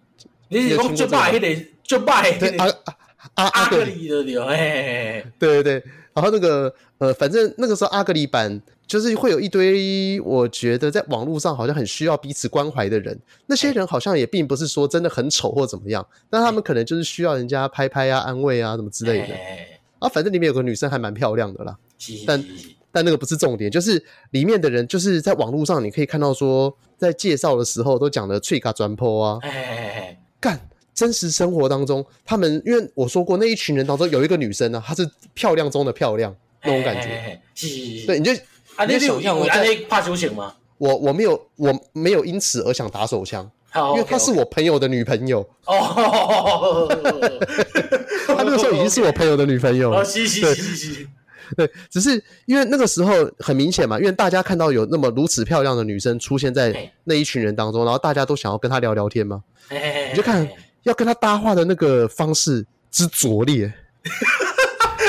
你是讲最歹迄个最歹
对啊阿
迄个
阿
阿
阿
格
格
里的对，嘿嘿嘿，
对对对，然后那个呃，反正那个时候阿格里版就是会有一堆，我觉得在网络上好像很需要彼此关怀的人，那些人好像也并不是说真的很丑或怎么样，但他们可能就是需要人家拍拍啊、安慰啊什么之类
嘿
的。
嘿嘿
啊，反正里面有个女生还蛮漂亮的啦，
是是
但
是是
但那个不是重点，就是里面的人就是在网络上你可以看到说，在介绍的时候都讲的脆嘎砖坡啊，
嘿嘿嘿嘿，
干。真实生活当中，他们因为我说过那一群人当中有一个女生呢、啊，她是漂亮中的漂亮那种感觉，
嘿，嘿嘿嘿是是是，
对，，你就
啊，你
你就
有
想象
有
我
安
在
尼拍手型吗？
我我没有我没有因此而想打手枪，
好，
因为
OK，
她是
OK
我朋友的女朋友，
哦，
[LAUGHS] 她那个时候已经是我朋友的女朋友
哦，
了。
是是是是是，
对，只是因为那个时候很明显嘛，因为大家看到有那么如此漂亮的女生出现
嘿
在那一群人当中，然后大家都想要跟她聊聊天嘛，
嘿嘿嘿
你就看
嘿
要跟她搭话的那个方式之拙劣，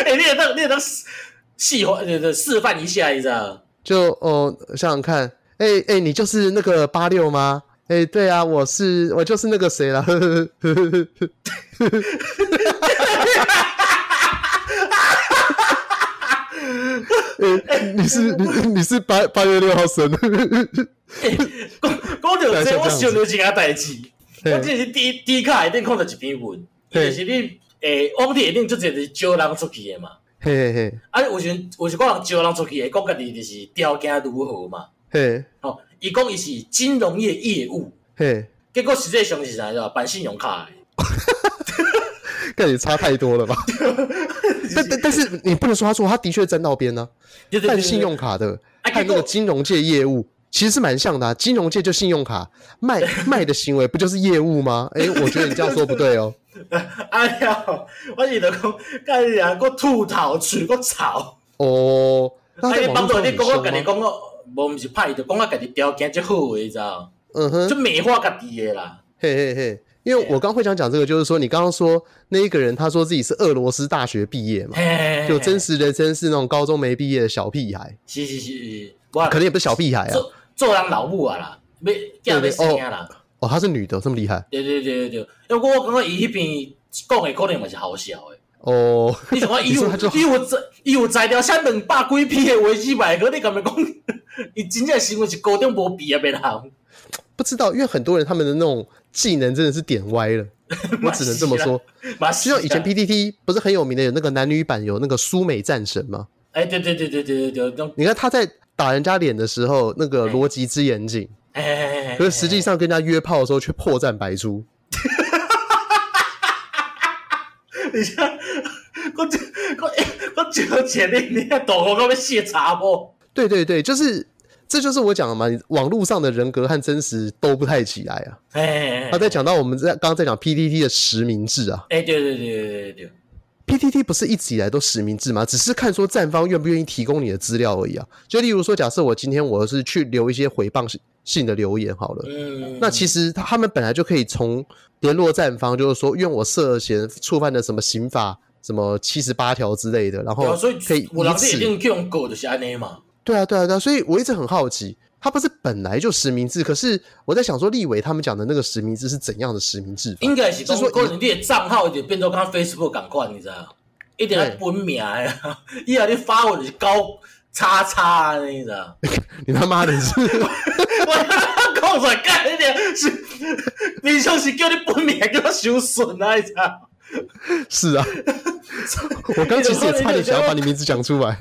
哎，你也当你也当示示范，对对，示范一下，你知道？
就哦想想看，哎、哎、你就是那个八六吗？哎、对啊，我是我就是那个谁啦，呵 [LAUGHS] 呵呵呵呵呵。欸、你是你你是八八月六号生，
讲到
对
这，
像
我
这样子
想到一件代志，我
嘿
这是第第卡一定看到一篇文，
嘿
就是你诶，网顶一定就就是招人出去的嘛。
嘿嘿
啊，有时阵有时讲人招人出去的，讲家己就是条件如何嘛。
嘿
哦，伊讲伊是金融业业务，
嘿，
结果实际上是啥？知道吧办信用卡的。
跟你差太多了吧？ [LAUGHS] 但但但是你不能说他错，他的确沾到边呢、啊
对对对
办
对
信
[LAUGHS]
用卡的，
啊
和那
结果
个金融界业务其实是蛮像的、啊。金融界就信用卡
[LAUGHS]
卖卖的行为，不就是业务吗？哎、我觉得你这样说不对
[LAUGHS]
哦。
啊了，我是就讲，甲你啊，搁吐槽、嘴搁吵，
哦，那
啊，
他
你
在网
帮
络
助
上
你
很
讲我家己
凶吗？
讲我，无毋是歹，就讲我家己条件最好诶，你知道？
嗯哼
就，美化家己诶啦。
嘿嘿嘿。因为我刚会想讲这个，就是说你刚刚说那一个人，他说自己是俄罗斯大学毕业嘛，
嘿，
就真
是
实人生是那种高中没毕业的小屁孩，
是是是，我
可能也不是小屁孩啊。
做做人老母啊啦，要囝要生啊啦。
哦，她是女的，这么厉害
对对对对对，因为我感觉伊迄边讲的可能嘛是好笑的。
哦。
你想看伊
你
有
说他就
伊有材伊有材料写两百几篇的维基百科，你敢咪讲伊真正行为是高中无毕业的人？
不知道，因为很多人他们的那种技能真的是点歪
[LAUGHS]
了，我只能这么说。
嘛
就是
啊，
像以前 PTT 不是很有名的有那个男女版有那个苏美战神吗？
哎，对对对对对对对，种
你看他在打人家脸的时候，那个逻辑之严谨，
哎哎哎哎，
可是实际上跟人家约炮的时候却破绽百出。
你像我这我我就前你你看大我到要卸查某，
对对对，就是这就是我讲的嘛，你网络上的人格和真实都不太起来啊。
哎哎哎
他在讲到我们在刚刚在讲 PTT 的实名制啊
哎，对对对对对对，
，PTT 不是一直以来都实名制吗？只是看说站方愿不愿意提供你的资料而已啊。就例如说，假设我今天我是去留一些回谤性的留言好了，
嗯，
那其实他他们本来就可以从联络站方，就是说，因为我涉嫌触犯了什么刑法，什么七十八条之类的，然
对啊
后
所以
哦可以
有人
以
是一
此。
定去用狗就是安尼嘛，
对啊，对啊，对啊，所以我一直很好奇，他不是本来就实名制，可是我在想说，立委他们讲的那个实名制是怎样的实名制法？
应该是讲
是说
可能你的账号就变做跟 Facebook 同款，你知道？一定要本名的，啊 [LAUGHS] 以后你发文就是高叉叉的，你知道？
你他妈的是
[LAUGHS]
[LAUGHS]
我讲出来干一点是，平常是叫你本名叫我修顺啊，你知道？
是 [LAUGHS] 啊，我刚其实也差点想要把你名字讲出来。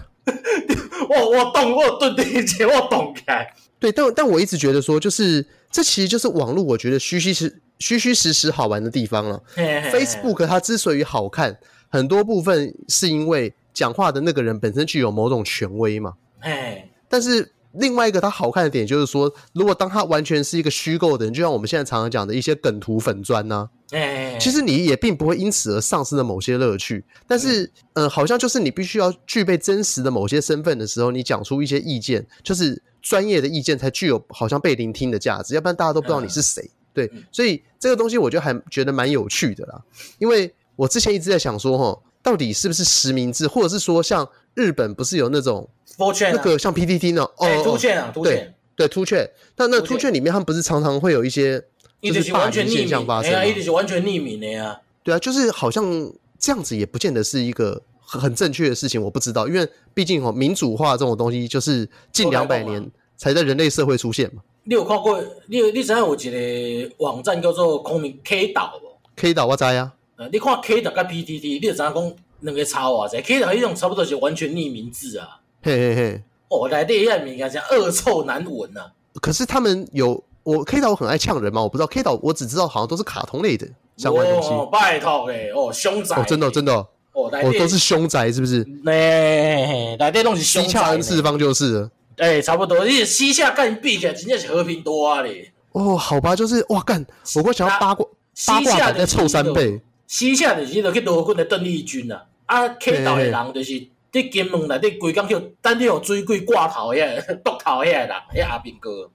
我我懂，我对对姐，我懂起来。
[LAUGHS] 对，但但我一直觉得说，就是这其实就是网络，我觉得虚虚实虚虚实实好玩的地方了。
嘿嘿嘿
Facebook 它之所以好看，很多部分是因为讲话的那个人本身具有某种权威嘛。
嘿，
但是另外一个它好看的点就是说，如果当它完全是一个虚构的人，就像我们现在常常讲的一些梗图粉砖啊呐、
哎，
其实你也并不会因此而丧失了某些乐趣。但是，嗯、好像就是你必须要具备真实的某些身份的时候，你讲出一些意见，就是专业的意见才具有好像被聆听的价值，要不然大家都不知道你是谁。对
嗯，
所以这个东西我就还觉得蛮有趣的啦，因为我之前一直在想说，哈，到底是不是实名制，或者是说像日本不是有那种
多券
那
啊，
个像 PTT 呢？哦，
哎，
哦
突券啊，突券，
对突券，但那
突
突
券
券里面，他们不是常常会有一些
伊
就是是霸
完全
凌
匿
现象
名，
发
哎
生吗
呀，伊就是完全匿名的呀，
对啊，就是好像这样子也不见得是一个很很正确的事情，我不知道，因为毕竟哦，民主化这种东西就是近
后来
两
嘛
百年才在人类社会出现嘛。
你有看过？你有你知影有一个网站叫做空明 K 岛无？
K 岛我知啊，
呃，你看 K 岛甲 PTT，你就知影讲两个差偌济。K 岛迄种差不多是完全匿名制啊，
嘿嘿嘿。
哦，内底遐物件真恶臭难闻啊。
可是他们有我 K 岛我很爱呛人嘛，我不知道 K 岛我只知道好像都是卡通类的相关东西。
哦，拜托诶，哦，凶宅、
哦，真的哦真的哦，
哦，内
哦
底
都是凶宅是不是？
内内底拢是凶
西
宅
洽
呢
恩次，方就是了。
诶、差不多，你西夏甲因比起来，真正是和平多啊咧。
哦，好吧，就是哇干，我光想要八卦
西
八卦
夏
版
的
再凑三倍，
西夏就是迄落去罗军的邓丽君啊，啊，K 岛的人就是伫金门内底规工叫等你用水鬼挂头遐、剁头遐的 [LAUGHS] 人，遐阿兵哥，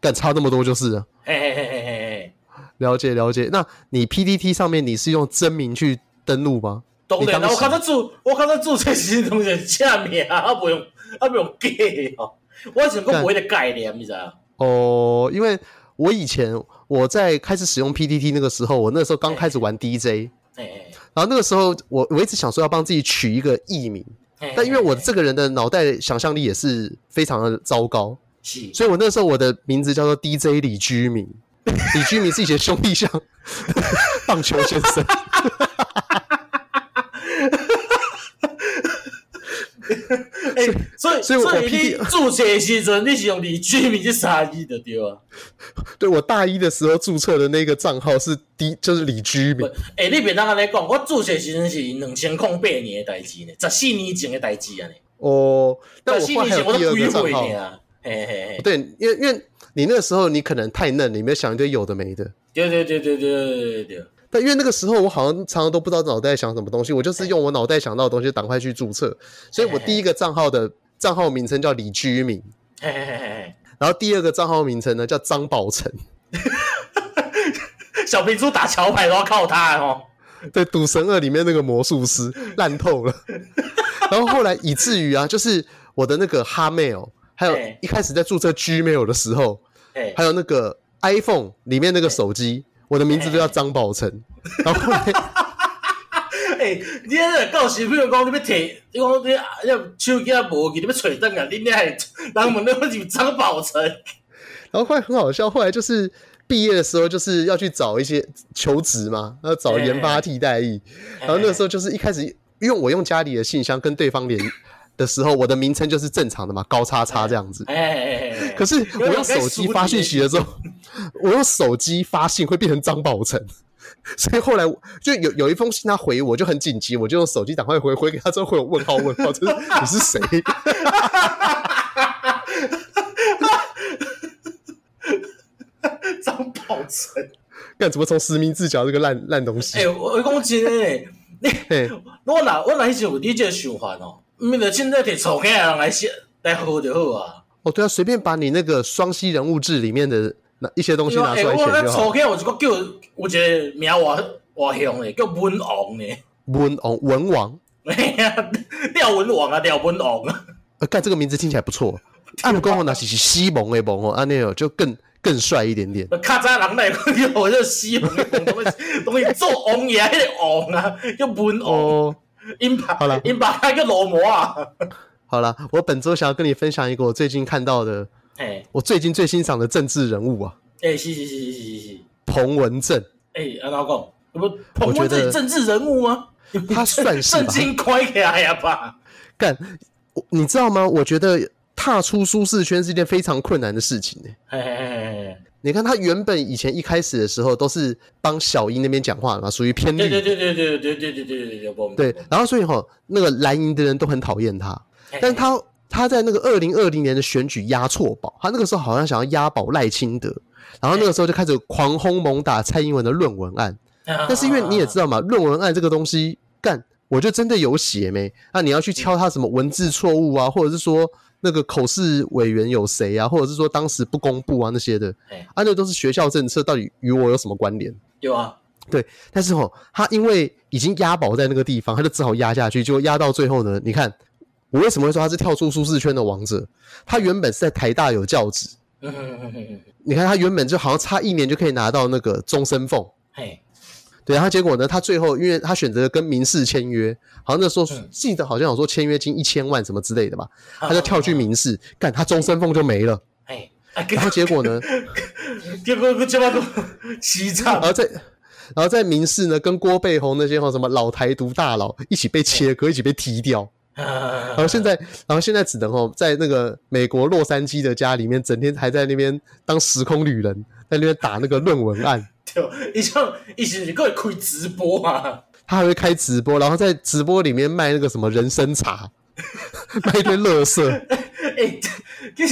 干差那么多就是了。
嘿嘿嘿嘿嘿嘿，
了解了解。那你 PDT 上面你是用真名去登录吗？
当然
你
啦，
当时
我较早做，我较早做这时当然假名，啊， [LAUGHS] 不用啊，不用假的哦，我想讲无迄个概念，你知道？
哦，因为我以前我在开始使用 PDT 那个时候，我那时候刚开始玩 DJ，
嘿
然后那个时候我我一直想说要帮自己取一个艺名，
嘿，
但因为我
嘿
这个人的脑袋想象力也是非常的糟糕，
是
所以我那时候我的名字叫做 DJ 李居民。 [LAUGHS] 李居民是以前兄弟像 [LAUGHS] 棒球先生，
哎，所以
所以我
所以
我
你
PT
注册的时阵，你是用李居民去杀字的对啊？
对我大一的时候注册的那个账号是 D，就是李居民。
诶、欸，你别当安尼讲，我注册时阵是两千零八年诶代志呢，十四年前诶代志啊呢。
哦，但我
14
后来
年
还
前我
有第
都
二个账
鬼混
号，
呢。啊嘿嘿嘿，
对，因为因为你那个时候你可能太嫩，你没有想一堆有的没的。
对对对对对对对，
但因为那个时候我好像常常都不知道脑袋想什么东西，我就是用我脑袋想到的东西赶快去注册，所以我第一个账号的账号名称叫李居民，
嘿嘿嘿
然后第二个账号名称呢叫张宝成，
嘿，小平猪打桥牌都要靠他的哦。
对，《赌神二》里面那个魔术师烂透了。 [LAUGHS] 然后后来以至于啊，就是我的那个哈 mail，还有
哎
一开始在注册 Gmail 的时候，
嘿，
还有那个 iPhone 里面那个手机，我的名字就叫张宝成。然后后来，
诶、哎你那个到时比如讲你要摕，你讲你啊你手机啊无去，你要找灯啊，你那还人问你是张宝成，
然后后来很好笑，后来就是毕业的时候，就是要去找一些求职嘛，要找研发替代役。然后那时候就是一开始，因为我用家里的信箱跟对方连的时候，我的名称就是正常的嘛，高叉叉这样子。
嘿，哎哎哎，
[LAUGHS] 可是我用手机发讯息的时候，我用手机发信会变成张宝成，所以后来我就有有一封信他回我就很紧急，我就用手机赶快回回给他之后会有问号问号，就是 [LAUGHS] 你是谁？
张宝成。
干怎么从实名制讲这个烂烂东西？
诶、我我讲真诶，你
嘿，
我若我若迄时有你即个想法哦，毋着凊彩摕草起来人来写来喝就好啊。
哦对啊，随便把你那个双溪人物志里面的那一些东西拿出来
因为哎我
选
那
就好
草。起来有一个叫有一个名外外向诶，叫文王诶。
文王文王，
嘿啊 [LAUGHS] 廖文王啊，廖文王啊，
呃，干这个名字听起来不错。按公哦，那是是西蒙诶蒙哦，安内哦就更更帅一点点。
较早人来讲叫我这西王，拢是拢是做王爷迄个王啊，叫文王，
哦，
因
好
爸
啦
因爸叫罗摩啊。
好啦，我本周想要跟你分享一个我最近看到的，
嘿，
我最近最欣赏的政治人物啊，
诶、是是是是是是，
彭文
[LAUGHS]
正，
诶、安怎讲？不，彭
我觉得
文这是政治人物吗？
他算是
圣
吧？
经开起来呀吧？
干，我你知道吗？我觉得踏出舒适圈是一件非常困难的事情呢、
嘿嘿嘿
你看他原本以前一开始的时候都是帮小英那边讲话的嘛，属于偏
嘿，对
绿
对对对对对对对对对对，我们
对，然后所以哈，那个蓝营的人都很讨厌他，但他他在那个二零二零年的选举压错宝，他那个时候好像想要押宝赖清德，然后那个时候就开始狂轰猛打蔡英文的论文案。
啊
但是因为你也知道嘛，论文案这个东西干，我就真的有写没？那你要去敲他什么文字错误啊，或者是说那个口试委员有谁啊，或者是说当时不公布啊那些的，啊，那都是学校政策，到底与我有什么关联？
有啊，
对。但是哦，他因为已经押宝在那个地方，他就只好压下去，就压到最后呢，你看我为什么会说他是跳出舒适圈的王者？他原本是在台大有教职，
嗯
你看他原本就好像差一年就可以拿到那个终身俸，
嘿。
对，然后结果呢？他最后因为他选择跟民事签约，好像那时候记得好像有说签约金一千万什么之类的吧，
啊
他就跳去民事，干他终身俸就没了。
哎，
然后结果呢？
结果个结巴都西藏，然
后在然后在民事呢，跟郭背红那些什么老台独大佬一起被切割，一起被踢掉。
啊
然后现在，然后现在只能哦，在那个美国洛杉矶的家里面，整天还在那边当时空旅人，在那边打那个论文案。
对，伊像伊是个开直播啊，
他还会开直播，然后在直播里面卖那个什么人参茶，卖一堆乐色。
哎欸，这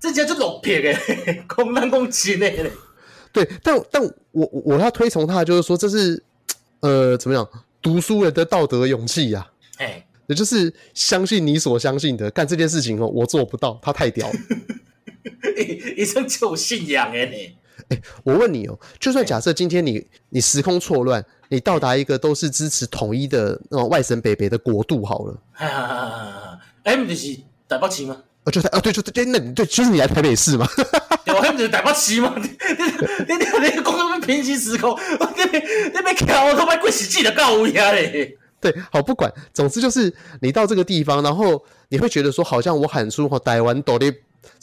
这家就老撇 [LAUGHS] 诶，空难空气内嘞。
对，但但我我要推崇他，就是说这是呃怎么讲，读书人的道德勇气呀、
啊。哎、欸，
也就是相信你所相信的，干这件事情哦，我做不到，他太屌了。
一生就有信仰诶你。
哎、欸，我问你哦、喔，就算假设今天你你时空错乱，你到达一个都是支持统一的那种外省北北的国度好了，
哎、啊欸，不就是台北市吗？
哦，就台哦，对，就对，那对，就是你来台北市嘛，
对，我不是台北市嘛，你你你你讲到平行时空，你你别看我他妈过世纪的到位啊嘞！
[LAUGHS] 对，好不管，总之就是你到这个地方，然后你会觉得说，好像我喊出吼台湾独立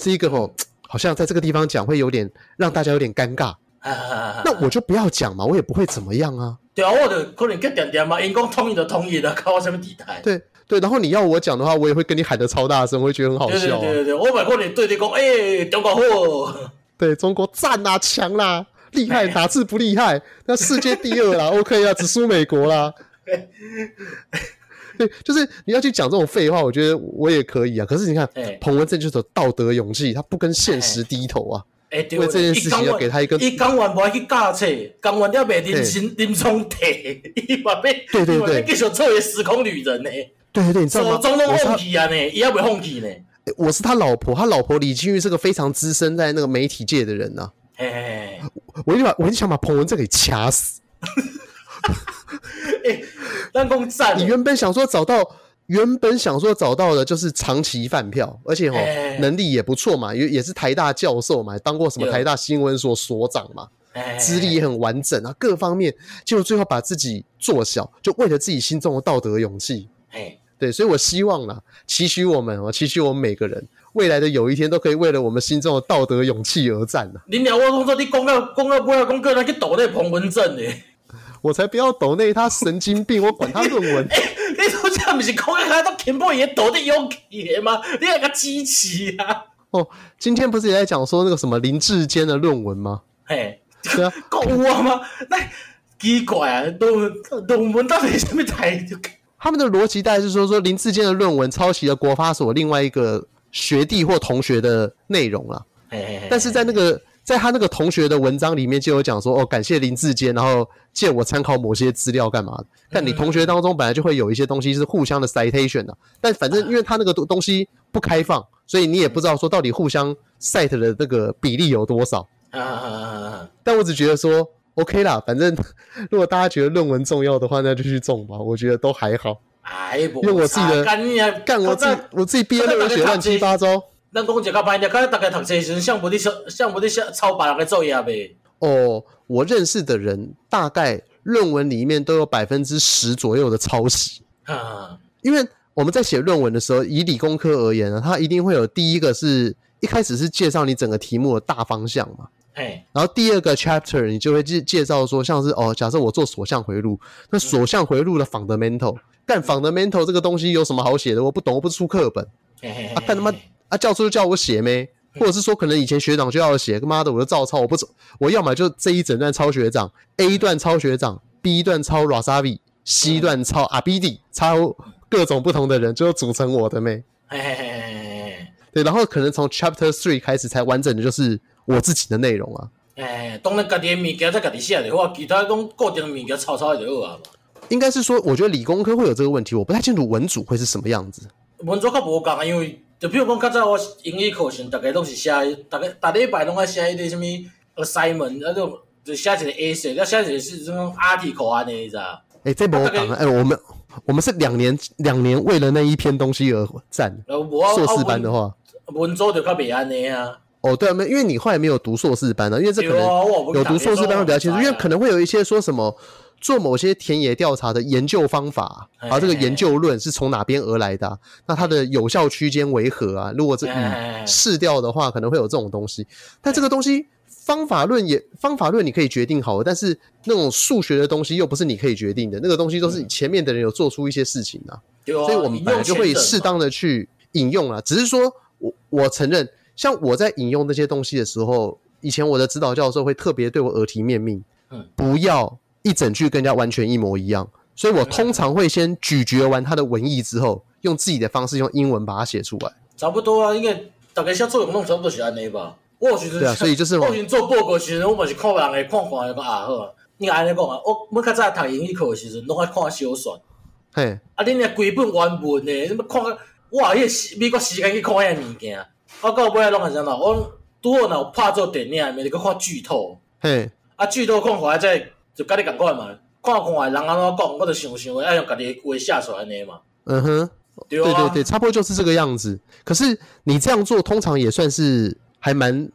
是一个吼。好像在这个地方讲会有点让大家有点尴尬，
啊、
那我就不要讲嘛，我也不会怎么样啊。
对啊，我的可能跟点点嘛，因公同意的同意的，靠我什么底台？
对对，然后你要我讲的话，我也会跟你喊的超大声，我会觉得很好笑、
啊。对对对对，我买过你对你讲，哎、欸，中国货，
对中国赞啦、啊，强啦，厉害，哪次不厉害？那世界第二啦，OK 啦，只输美国啦。对，就是你要去讲这种废话，我觉得我也可以啊。可是你看，彭文正就是有道德勇气，他不跟现实低头啊。
哎、欸，对，
为这件事情要给他一个。
伊讲完无去教册，讲完了袂认真认真提，伊嘛被
对对对，
继续做一个时空旅人呢。
对对对，你知道吗？
总统放弃啊呢，伊也袂放弃呢。
我是他老婆，他老婆李金玉是个非常资深在那个媒体界的人呐、
啊。哎，
我就把我就想把彭文正给掐死。
哎欸，南宫站。
你原本想说找到，原本想说找到的就是长期饭票，而且哦、欸、能力也不错嘛，也也是台大教授嘛，当过什么台大新闻所所长嘛，
哎
资历、欸、也很完整啊，各方面，结果最后把自己做小，就为了自己心中的道德勇气。
哎，
对，所以我希望啦，期许我们哦，期许我们每个人，未来的有一天都可以为了我们心中的道德勇气而战呐、啊。
你聊我工作，你讲到讲到不要讲个人去抖那彭文正诶。
我才不要抖内他神经病，我管他论文。
哎欸，你头先不是讲他到田波也抖内有气吗？你那个支持啊！
哦，今天不是也在讲说那个什么林志坚的论文吗？
嘿，
对啊，
够我吗？那奇怪啊，论文论文到底什么台？
他们的逻辑大概是说说林志坚的论文抄袭了国发所另外一个学弟或同学的内容了。
嘿嘿嘿
但是在那个。在他那个同学的文章里面就有讲说，哦，感谢林志坚，然后借我参考某些资料干嘛的？但你同学当中本来就会有一些东西是互相的 citation 的、啊，但反正因为他那个东西不开放，所以你也不知道说到底互相 cite 的那个比例有多少。
啊，
但我只觉得说 OK 啦，反正如果大家觉得论文重要的话，那就去种吧，我觉得都还好。
哎，
因为我自己的干我自己我自己毕业论文写乱七八糟。
咱讲一较歹听，敢大概读册时，像无你像无你写抄别人的作业呗。
哦，我认识的人大概论文里面都有百分之十左右的抄袭。
啊，
因为我们在写论文的时候，以理工科而言呢、啊，它一定会有第一个是一开始是介绍你整个题目的大方向嘛。
哎，
然后第二个 chapter 你就会介介绍说，像是哦，假设我做所向回路，那所向回路的 fundamental，干 fundamental 这个东西有什么好写的？我不懂，我不出课本。啊，干他妈！啊，教授就叫我写咩，或者是说可能以前学长就要我写，他妈的我就照抄，我不我要么就这一整段抄学长，A 段抄学长，B 段抄 Rasavi，C 段抄阿 B D，抄各种不同的人，最后组成我的咩。
嘿嘿嘿
对，然后可能从 Chapter Three 开始才完整的就是我自己的内容啊。
哎，当然家己的物件再家己写就好，其他拢固定物件抄抄就好啊嘛。
应该是说，我觉得理工科会有这个问题，我不太清楚文组会是什么样子。
文组较无共啊，因为就比如讲较早我英语课时，逐个拢是写，逐个逐礼拜拢爱写迄个啥物 assignment，啊种就写一个 essay，要写一个是种 article 安尼咋？
哎，这无共啊！哎，我们我们是两年两年为了那一篇东西而战。
哦
硕士班的话，
文组就较袂安尼啊。
哦，对啊，没，因为你后来没有读硕士班啊，因为这可能
哎
有读硕士班会比较清楚，因为可能会有一些说什么。做某些田野调查的研究方法，然后这个研究论是从哪边而来的、啊？那它的有效区间为何啊？如果
哎
这嗯试掉的话，可能会有这种东西。但这个东西方法论也方法论你可以决定好，但是那种数学的东西又不是你可以决定的，那个东西都是前面的人有做出一些事情啊，所
哦
以我们本来就会适当的去引用啊。只是说我我承认，像我在引用这些东西的时候，以前我的指导教授会特别对我耳提面命，嗯，不要。一整句跟人家完全一模一样，所以我通常会先咀嚼完他的文意之后，用自己的方式用英文把它写出来。
差不多啊，应该大概写作用弄差不多是安尼吧。我有时阵，
对啊，所以
[LAUGHS]
就是
我有时做报告时阵，我嘛是看人诶，看看就讲啊好。你安尼讲啊，我我较早读英语课诶时阵，拢爱看小说。
嘿，
啊，恁遐规本原文诶，你要看个哇，迄美国时间去看遐物件，我到尾啊拢是安怎？我拄好若有拍做电影，咪就去看剧透。
嘿，
啊，剧透看看再。就甲你共款嘛，看看诶人安怎讲，我就想想，爱用家己话写出来安尼嘛。
嗯哼，
对、啊、
对对，差不多就是这个样子。可是你这样做，通常也算是还蛮，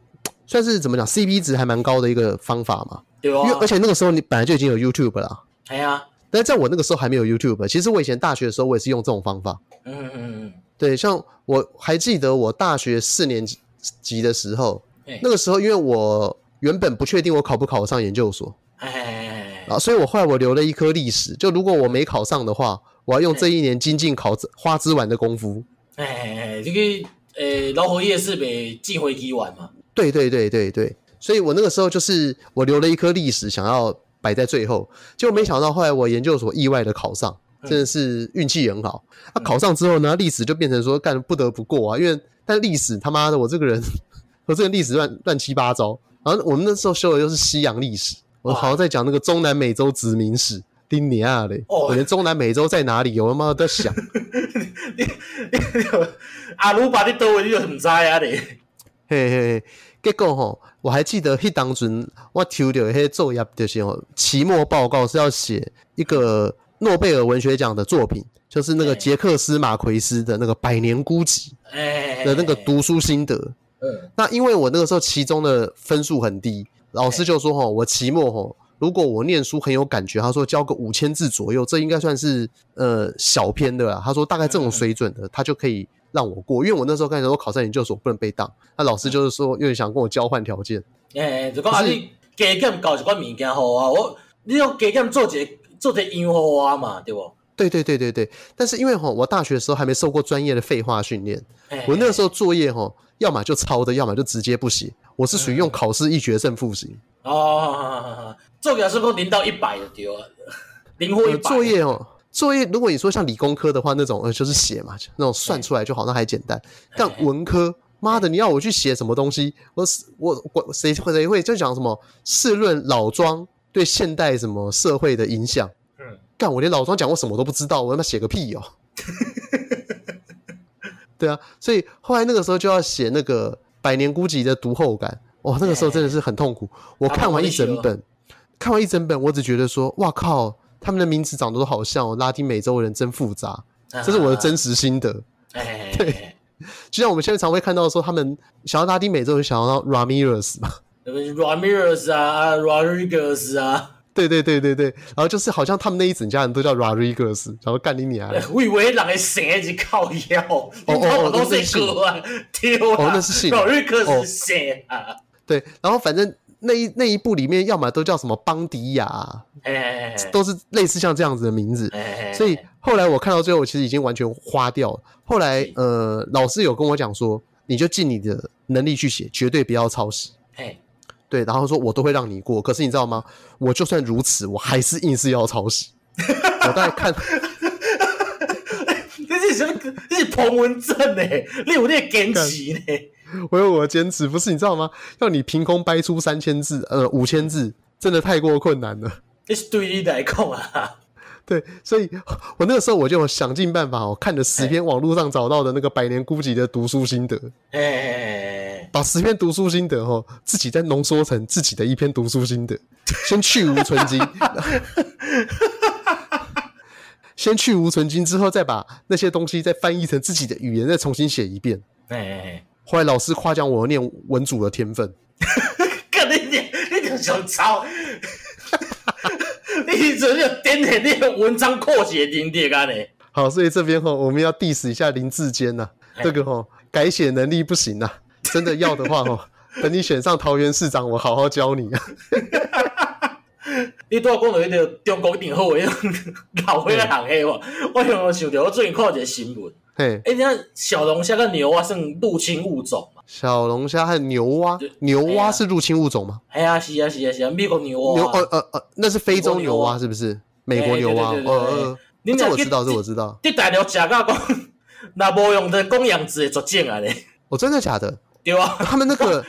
算是怎么讲，CP 值还蛮高的一个方法嘛。
对啊。
因为而且那个时候你本来就已经有 YouTube 啦。
哎呀、啊。
但是在我那个时候还没有 YouTube，其实我以前大学的时候我也是用这种方法。
嗯嗯嗯。
对，像我还记得我大学四年级的时候，那个时候因为我原本不确定我考不考上研究所。
哎，
啊，所以我后来我留了一科历史，就如果我没考上的话，我要用这一年精进考花枝丸的功夫。
哎，这个呃，老虎夜市被进回机丸嘛。
对对对对对，所以我那个时候就是我留了一科历史，想要摆在最后，结果没想到后来我研究所意外的考上，真的是运气很好。那、嗯啊、考上之后呢，历史就变成说干不得不过啊，因为但历史他妈的我这个人，我这个历史乱乱七八糟。然后我们那时候修的又是西洋历史。我好像在讲那个中南美洲殖民史，丁尼亚嘞！我连中南美洲在哪里，我他妈在想。
阿鲁巴的多你就唔知啊嘞。
嘿嘿嘿，结果吼，我还记得迄当阵我抽到迄作业就是吼，期末报告是要写一个诺贝尔文学奖的作品，就是那个捷克斯马奎斯的那个《百年孤寂》的那个读书心得。
嗯，
那因为我那个时候期中的分数很低。老师就说：“吼，我期末吼，如果我念书很有感觉，他说交个五千字左右，这应该算是呃小篇的啦。他说大概这种水准的，他就可以让我过。因为我那时候开始我考上研究所不能被当，那老师就是说有点想跟我交换条件。
哎、欸，就讲啊，你加减搞一款物件好啊，我你要加减做一个做一样好啊嘛，对不？
对对对对对。但是因为吼，我大学的时候还没受过专业的废话训练，
哎
欸、我那个时候作业吼，要么就抄的，要么就直接不写。”我是属于用考试一决胜负型
哦，作业是不零到一百的丢，零或一百。
作业哦，作业如果你说像理工科的话，那种呃就是写嘛，那种算出来就好，那还简单。但文科，妈的，你要我去写什么东西？我我我谁谁会就讲什么试论老庄对现代什么社会的影响？
嗯，
干我连老庄讲过什么都不知道，我他妈写个屁哦！ [LAUGHS] 对啊，所以后来那个时候就要写那个。百年孤寂的读后感，哇，那个时候真的是很痛苦。我看完一整本，看完一整本，我只觉得说，哇靠，他们的名字长得都好像、哦，拉丁美洲人真复杂，
啊
这是我的真实心得。
哎，
对，就像我们现在常会看到说，他们想要拉丁美洲人想要 Ramirez 嘛 [LAUGHS]
，Ramirez 啊，Rodriguez 啊，
对对对对对，然后就是好像他们那一整家人都叫 Rodriguez，然后干你娘！啊
我以为人的姓是靠腰，哦哦，都是哥啊，丢
哦，那是哦姓
，Rodriguez 是姓啊。
对，然后反正那一那一部里面，要么都叫什么邦迪亚，啊
哎，
都是类似像这样子的名字。所以后来我看到最后，我其实已经完全花掉了。后来呃，老师有跟我讲说，你就尽你的能力去写，绝对不要抄袭。
哎。
对，然后说我都会让你过，可是你知道吗？我就算如此，我还是硬是要抄袭。我大概看，
这是什么？你是彭文正呢、你有那坚持呢、
我有我的坚持，不是你知道吗？要你凭空掰出三千字，呃，五千字，真的太过困难了。
这是对你来讲啊，
对，所以我那个时候我就想尽办法，我哦看了十篇网络上找到的那个百年孤寂的读书心得，
哎、欸，
把十篇读书心得哦，自己再浓缩成自己的一篇读书心得，先去无存精， [LAUGHS] 先去无存精之后，再把那些东西再翻译成自己的语言，再重新写一遍。
哎、欸，
后来老师夸奖我念文组的天分，
干你娘，你就想操！ [LAUGHS] 你这就点点那个文章扩写能力啊呢？
好，所以这边哈，我们要 diss 一下林志坚呐、
哎
这个哈改写能力不行呐、真的要的话哈，等你选上桃园市长，我好好教你啊。
你拄仔讲到迄个中国电好诶， [LAUGHS] 老岁仔人迄无？我想到想到我最近看一个新闻，
嘿，
哎、欸，你看小龙虾跟牛蛙啊算入侵物种嘛？
小龙虾和牛蛙，牛
哎呀
蛙是入侵物种吗？
哎呀、是啊是啊是啊，美国牛
牛
蛙、
呃
啊，
呃呃，那是非洲
美国
牛
牛蛙
蛙是不是？美国
哎
牛蛙，呃
对对对对
呃，
你
呃这
俩
我
去
知道，这
去
我知道。
你大陆食到讲， [LAUGHS] 若无用的供养殖的绝种啊咧， [LAUGHS]
我哦真的假的？
对啊，
他们那
[LAUGHS]
个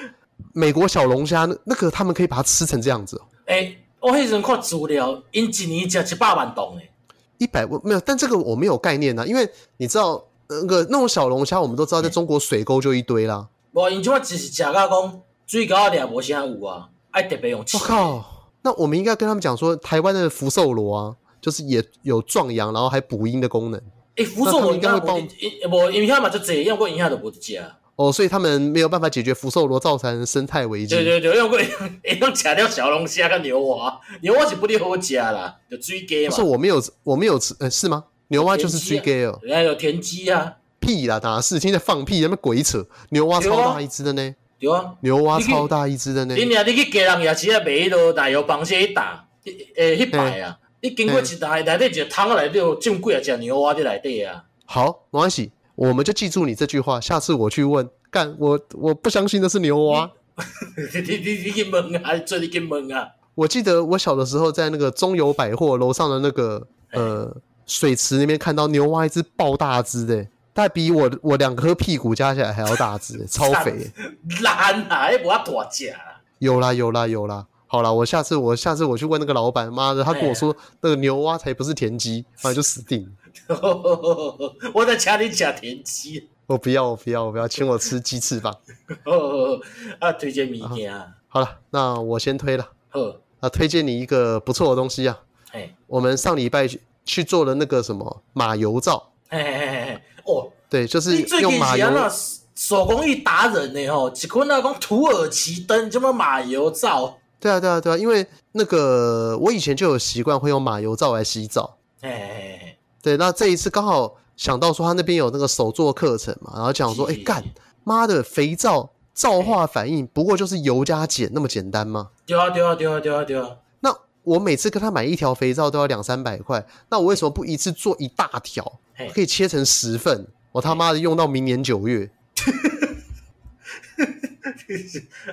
美国小龙虾，那那个他们可以把它吃成这样子哦，
哎、我迄时阵看资料，因一年食一百万吨诶，
一百万没有，但这个我没有概念呐、因为你知道呃那个那种小龙虾，我们都知道在
哎
中国水沟就一堆啦。
无因即马只是食到讲水饺啊，掠无啥有啊，爱特别用
我、
钱。
靠，那我们应该跟他们讲说，台湾的福寿螺啊，就是也有壮阳，然后还补阴的功能
诶、哎福
那
州无
他们应该会帮
无无因遐嘛就济，要过因遐就无得食。啊
哦，所以他们没有办法解决福寿螺造成生态危机。
对对对，要过会用食了小龙虾甲牛蛙，牛蛙是不哩好食啦，就水鸡
不
嘛
是，，我没有我没有吃，呃，是吗？牛蛙就是
田鸡
G
啊
gay 哦，
人家有田鸡啊，
屁啦，哪是？听在放屁，他们鬼扯！牛蛙
牛
超
蛙
大一只的呢，
对啊。
牛蛙
你可以
超大一只的呢。
你娘，你去家人夜市啊卖迄落奶油螃蟹迄搭，诶，迄排啊，你经过一台内底一个桶内底有种几啊只牛蛙伫内底啊，
好，没关系，我们就记住你这句话。下次我去问，干我我不相信那是牛蛙。
你你你你去问啊，做你去问啊，
我记得我小的时候在那个中友百货楼上的那个呃水池那边看到牛蛙一只爆大只的，大概比我我两颗屁股加起来还要大只，超肥欸。
懒啊，迄无啊大只啊，
有啦有啦有啦，好啦，我下次我下次我去问那个老板，妈的，他跟
啊
我说那个牛蛙才不是田鸡，妈就死定了。
我再请你食田鸡，
我不要我不要我不要，请我吃鸡翅膀。
啊，推荐物件，
好了，那我先推了
好，
啊，推荐你一个不错的东西啊，
嘿，
我们上礼拜去去做了那个什么马油皂，
嘿嘿嘿嘿，哦，
对，就是
你最
用
近啊
马
是
油
安。那手工艺达人呢吼，一款啊讲土耳其灯，什么马油皂，
对啊对啊对啊，因为那个我以前就有习惯会用马油皂来洗澡，
嘿嘿嘿。
对，那这一次刚好想到说他那边有那个手作课程嘛，然后讲说，哎
是
干，妈的肥皂皂化反应，不过就是油加碱那么简单吗？
对啊，对啊，对啊，对啊，对啊，
那我每次跟他买一条肥皂都要两三百块，那我为什么不一次做一大条
嘿，
可以切成十份？我他妈的用到明年九月，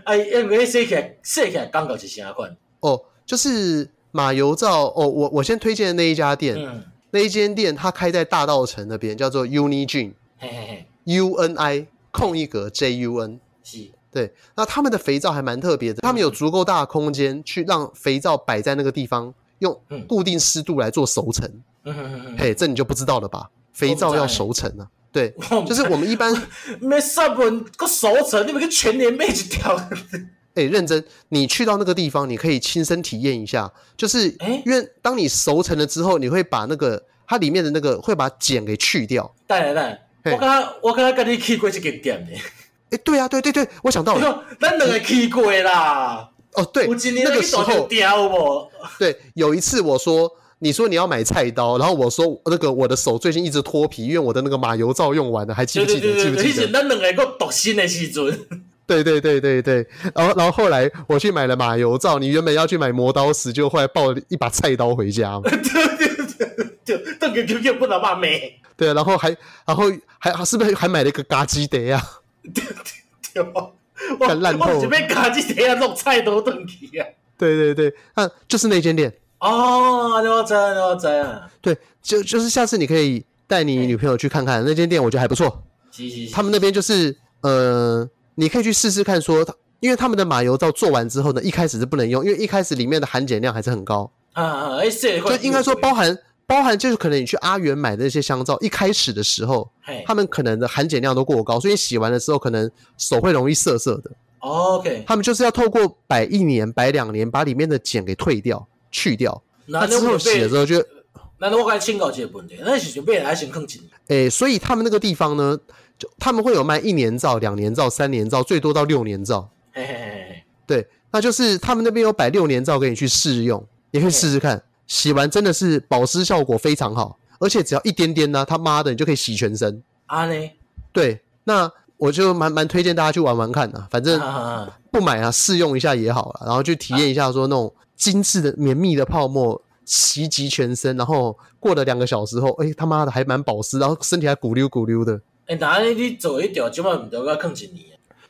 啊，因为说起来，说起来感觉是啥款？
哦，就是马油皂哦，我我先推荐的那一家店，
嗯，
那一间店它开在大道城那边，叫做 Unijin
嘿嘿嘿，
U N I 空一格 J U N。
是，
对，那他们的肥皂还蛮特别的，他们有足够大的空间去让肥皂摆在那个地方，用
嗯
固定湿度来做熟成。
嗯嗯嗯，
嘿，这你就不知道了吧？肥皂要熟成啊，对，
我
就是我们一
[LAUGHS]
般，
没三本个熟成，你们个全年买一条，
哎，认真，你去到那个地方，你可以亲身体验一下，就是
哎
因为当你熟成了之后，你会把那个它里面的那个会把碱给去掉。
等下等下，
嘿
我刚我刚刚跟你去过这个店呢，
哎，对啊，对对对，我想到了，
咱两个去过啦，
哦，对，
有一年
那
咱
个
去
时
大
候
条，钓无？
对，有一次我说，你说你要买菜刀，然后我说那个我的手最近一直脱皮，因为我的那个马油皂用完了，还记不
对
记
对
得？
对
记
对
不
对，
记
迄时
得？
咱两个个独身的时阵，
对对对对对。然后然后后来我去买了马油皂，你原本要去买磨刀石，就后来抱了一把菜刀回家嘛。
对对对对，邓个 QQ 不能骂妹，
对，啊然后还然后还还是不是还买了一个嘎鸡得啊？
对吧？我我是要家己底下弄菜刀转去啊。
对对对，那就是那间店。
哦，了解了解，
对，就就是下次你可以带你女朋友去看看那间店，我觉得还不错。
是是是，
他们那边就是呃，你可以去试试看说，因为他们的马油皂做完之后呢，一开始是不能用，因为一开始里面的含碱量还是很高，
啊啊，哎，这
就应该说包含包含就是可能你去阿元买的那些香皂，一开始的时候
嘿
他们可能的含碱量都过高，所以洗完的时候可能手会容易涩涩的。
，OK，
他们就是要透过摆一年、摆两年，把里面的碱给退掉、去掉。
那
那之后洗的时候就，
那我该请教一个问题，咱是想买来先坑钱，
诶、所以他们那个地方呢，就他们会有卖一年皂、两年皂、三年皂，最多到六年皂。
嘿嘿嘿
对，那就是他们那边有摆六年皂给你去试用，也可以试试看。洗完真的是保湿效果非常好，而且只要一点点呢、他妈的你就可以洗全身。
安尼，
对，那我就蛮蛮推荐大家去玩玩看的、反正
啊，
不买啊，试用一下也好了，然后去体验一下说那种精致的绵密的泡沫袭击全身，然后过了两个小时后，哎、他妈的还蛮保湿，然后身体还鼓溜鼓溜的。
哎，那你做一条，即摆毋着甲坑一年，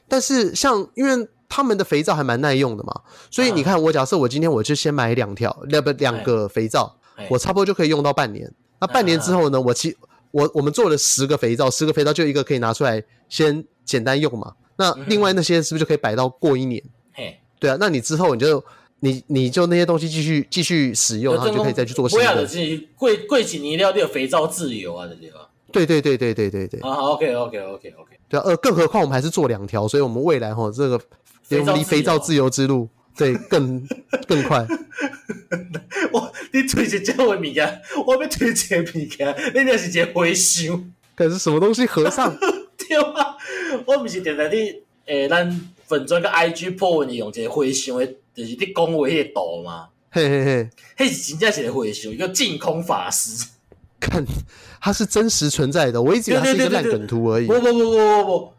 但是像因为他们的肥皂还蛮耐用的嘛，所
嗯
以你看，我假设我今天我就先买两条，那不两个肥皂，我差不多就可以用到半年。那半
嗯
年之后呢，我其我我们做了十个肥皂，十个肥皂就一个可以拿出来先简单用嘛。那
嗯
另外那些是不是就可以摆到过一年？
嘿，
对啊，那你之后你就你你就那些东西继续继续使用，然后就可以再去做新
不要就
的。
是过过一年了，你有肥皂自由啊，对对吧？
对对对对对对对
啊，OK OK OK OK，
对啊！呃，更何况我们还是做两条，所以我们未来哈这个
肥
我
皂
们离
自由
肥皂自由之路对更更快。
我你推一只我物件，我要推一个物件，你若是一个回想。
可是什么东西和
[LAUGHS]
尚？
对啊，我毋是定定你诶，咱粉砖甲 IG 破文用一个回想诶，就是你讲话迄个图嘛，
嘿嘿嘿，
迄是真正是一个回想，一个净空法师。
看它是真实存在的，我一直以为它是一个烂梗图而已
不。不不不不不，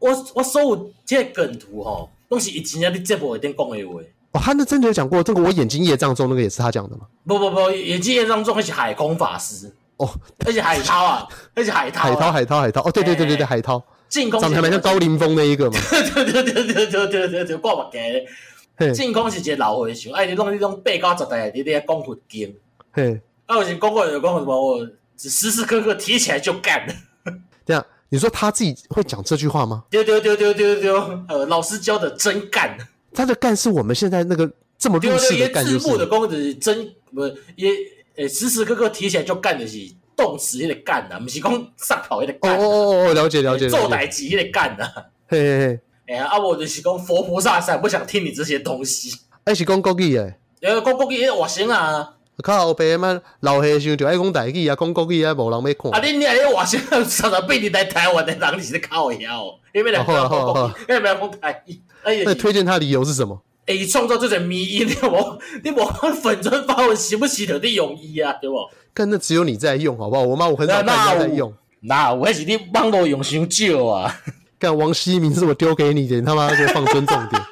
我我所有即个梗图吼，拢是伊真正伫节目里顶讲诶话。
哦，他那真的有讲过这个，我眼睛业障重，那个也是他讲的嘛。
不不不，演技当中迄是海空法师，
哦，
迄是海涛啊，迄是海涛、
海涛，海涛，海涛，哦，对对对对
哎
对，海涛
净空
长得还蛮像高凌风那一个嘛。
对对对对对对对对，挂目镜咧。
嘿
净空是一个老回想，哎，你弄你弄八九十代，你咧讲佛经。
嘿，
啊，我以前公过有公过什么，我时时刻刻提起来就干。
这样你说他自己会讲这句话吗？
丢丢丢丢丢丢，呃，老师教的真干，
他的干是我们现在那个这么
丢
入
丢
世
一些
的干，就
字幕的
是
公子真不也呃时时刻刻提起来就干的是动词也得干啊呐，不是讲上跑也得
哦
干
哦
啊，
哦哦，了解了解了
做
解。
代级也得干呐。
嘿嘿嘿，
哎呀，啊，我就是讲佛菩萨散，不想听你这些东西。
爱哎是讲国语的，
呃，讲讲伊外省啊，
靠后爸嘛老岁想就爱讲台语啊，讲国语啊，无人要
啊，
看。
恁遐迄外省常常被你来台湾的人，你是咧靠腰，因为两个
好啊
讲
好啊好
国
啊
语，因为两个讲台语，哎呀
那，推荐他的理由是什么？
诶，伊创造这种迷因，对无？你无看粉砖发文洗不洗头你用伊啊，对无？
干那只有你在用，好不好？我妈我很少看
那
人
那
家在
有
用。
那有迄是你网络用伤少啊，
干王希明是我丢给你的，你他妈给我放尊重
[LAUGHS]
点。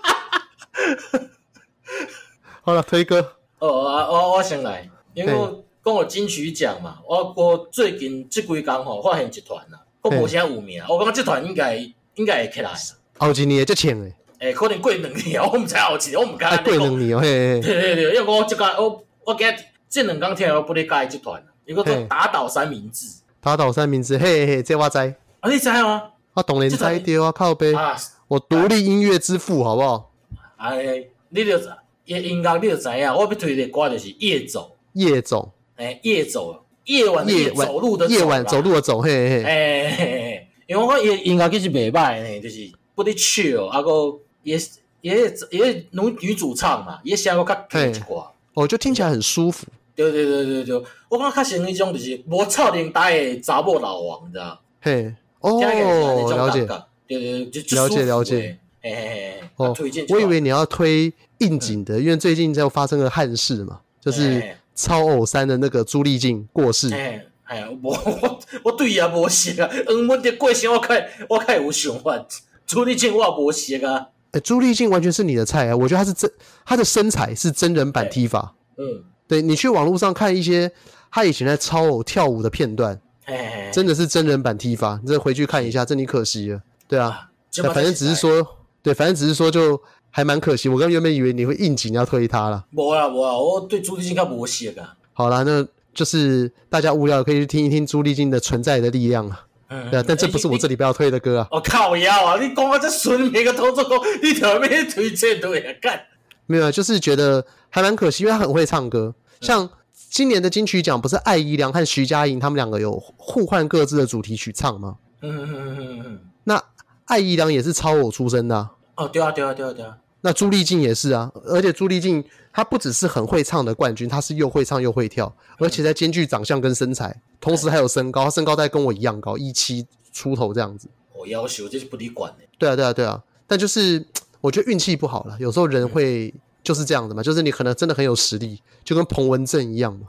好了，推哥，
哦，啊我我先来，因为
嘿
讲有金曲奖嘛，我我最近即几工吼发现一团啊，我无啥有名，我感觉即团应该应该会起来，
后一年就请诶，
诶，可能过两年，我毋知后一年，我毋敢
啊
安
过
尼讲
两。年哦，嘿嘿嘿，
对对对，因为我即个我我今即两工听我不咧介即团，伊个做
嘿
打倒三明治，
打倒三明治，嘿嘿嘿，这我知，
啊，你知吗？
我当然
这
知
才
丢啊，靠背，
啊，
我独立音乐之父，好不好？
哎，你就知，伊音乐你就知影，我要推的歌就是夜走，
夜总，
哎，夜走，夜晚的
夜晚
走路的
夜晚走
路，
路的走，嘿嘿嘿，
哎，嘿嘿因为我伊音乐其实袂歹呢，就是不哩 chill，啊个也也也女女主唱嘛，也写个较轻一寡，
哦，就听起来很舒服，
对对对对对，我感觉较像迄种就是无臭年代的查某老王，你知道？
嘿，
听起来就是那
哦，
种
了解
感，觉，对对对，就就
了解
舒服哎
了
的
解，
嘿嘿嘿，嘿
哦
啊推荐，就
我以
好
为你要推应景的，因为最近在发生了憾事嘛，就是
哎
超偶三的那个朱丽静过世，
哎哎，无我我对伊也无熟啊，黄阮的过生我较我较有想法，处理证我也无熟啊。
欸，朱丽静完全是你的菜啊！我觉得她是真，她的身材是真人版
对
踢法。
嗯，
对你去网络上看一些她以前在超偶跳舞的片段，
嘿嘿嘿，
真的是真人版踢法。你再回去看一下，真的可惜了。对啊，
哎这
那反正只是，
哎
说，对，反正只是说就还蛮可惜。我
哎
刚原本以为你会应景要推她了。
无啦无啦，我对处理证较无熟啊。
好啦，那就是大家无聊可以去听一听朱丽静的《存在的力量》啊。
嗯
对啊，但这不是我这。
你
礼拜要推的歌啊，
我靠腰啊！你讲啊，这孙每个动作讲，你条咩推荐都会干。
没有，啊，就是觉得还蛮可惜，因为他很会唱歌。像今年的金曲奖，不是艾怡良和徐佳莹他们两个有互换各自的主题曲唱吗？
嗯嗯嗯嗯嗯。
那艾怡良也是超偶出身的、啊，
哦，对啊，对啊，对啊，对啊。
那朱丽静也是啊，而且朱丽静她不只是很会唱的冠军，她是又会唱又会跳，而且在兼具长相跟身材，同时还有身高，她身高大概跟我一样高，一七出头这样子。
我哦要求这是不离管的。
对啊，对啊，对啊。但就是我觉得运气不好了，有时候人会就是这样的嘛，就是你可能真的很有实力，就跟彭文正一样嘛。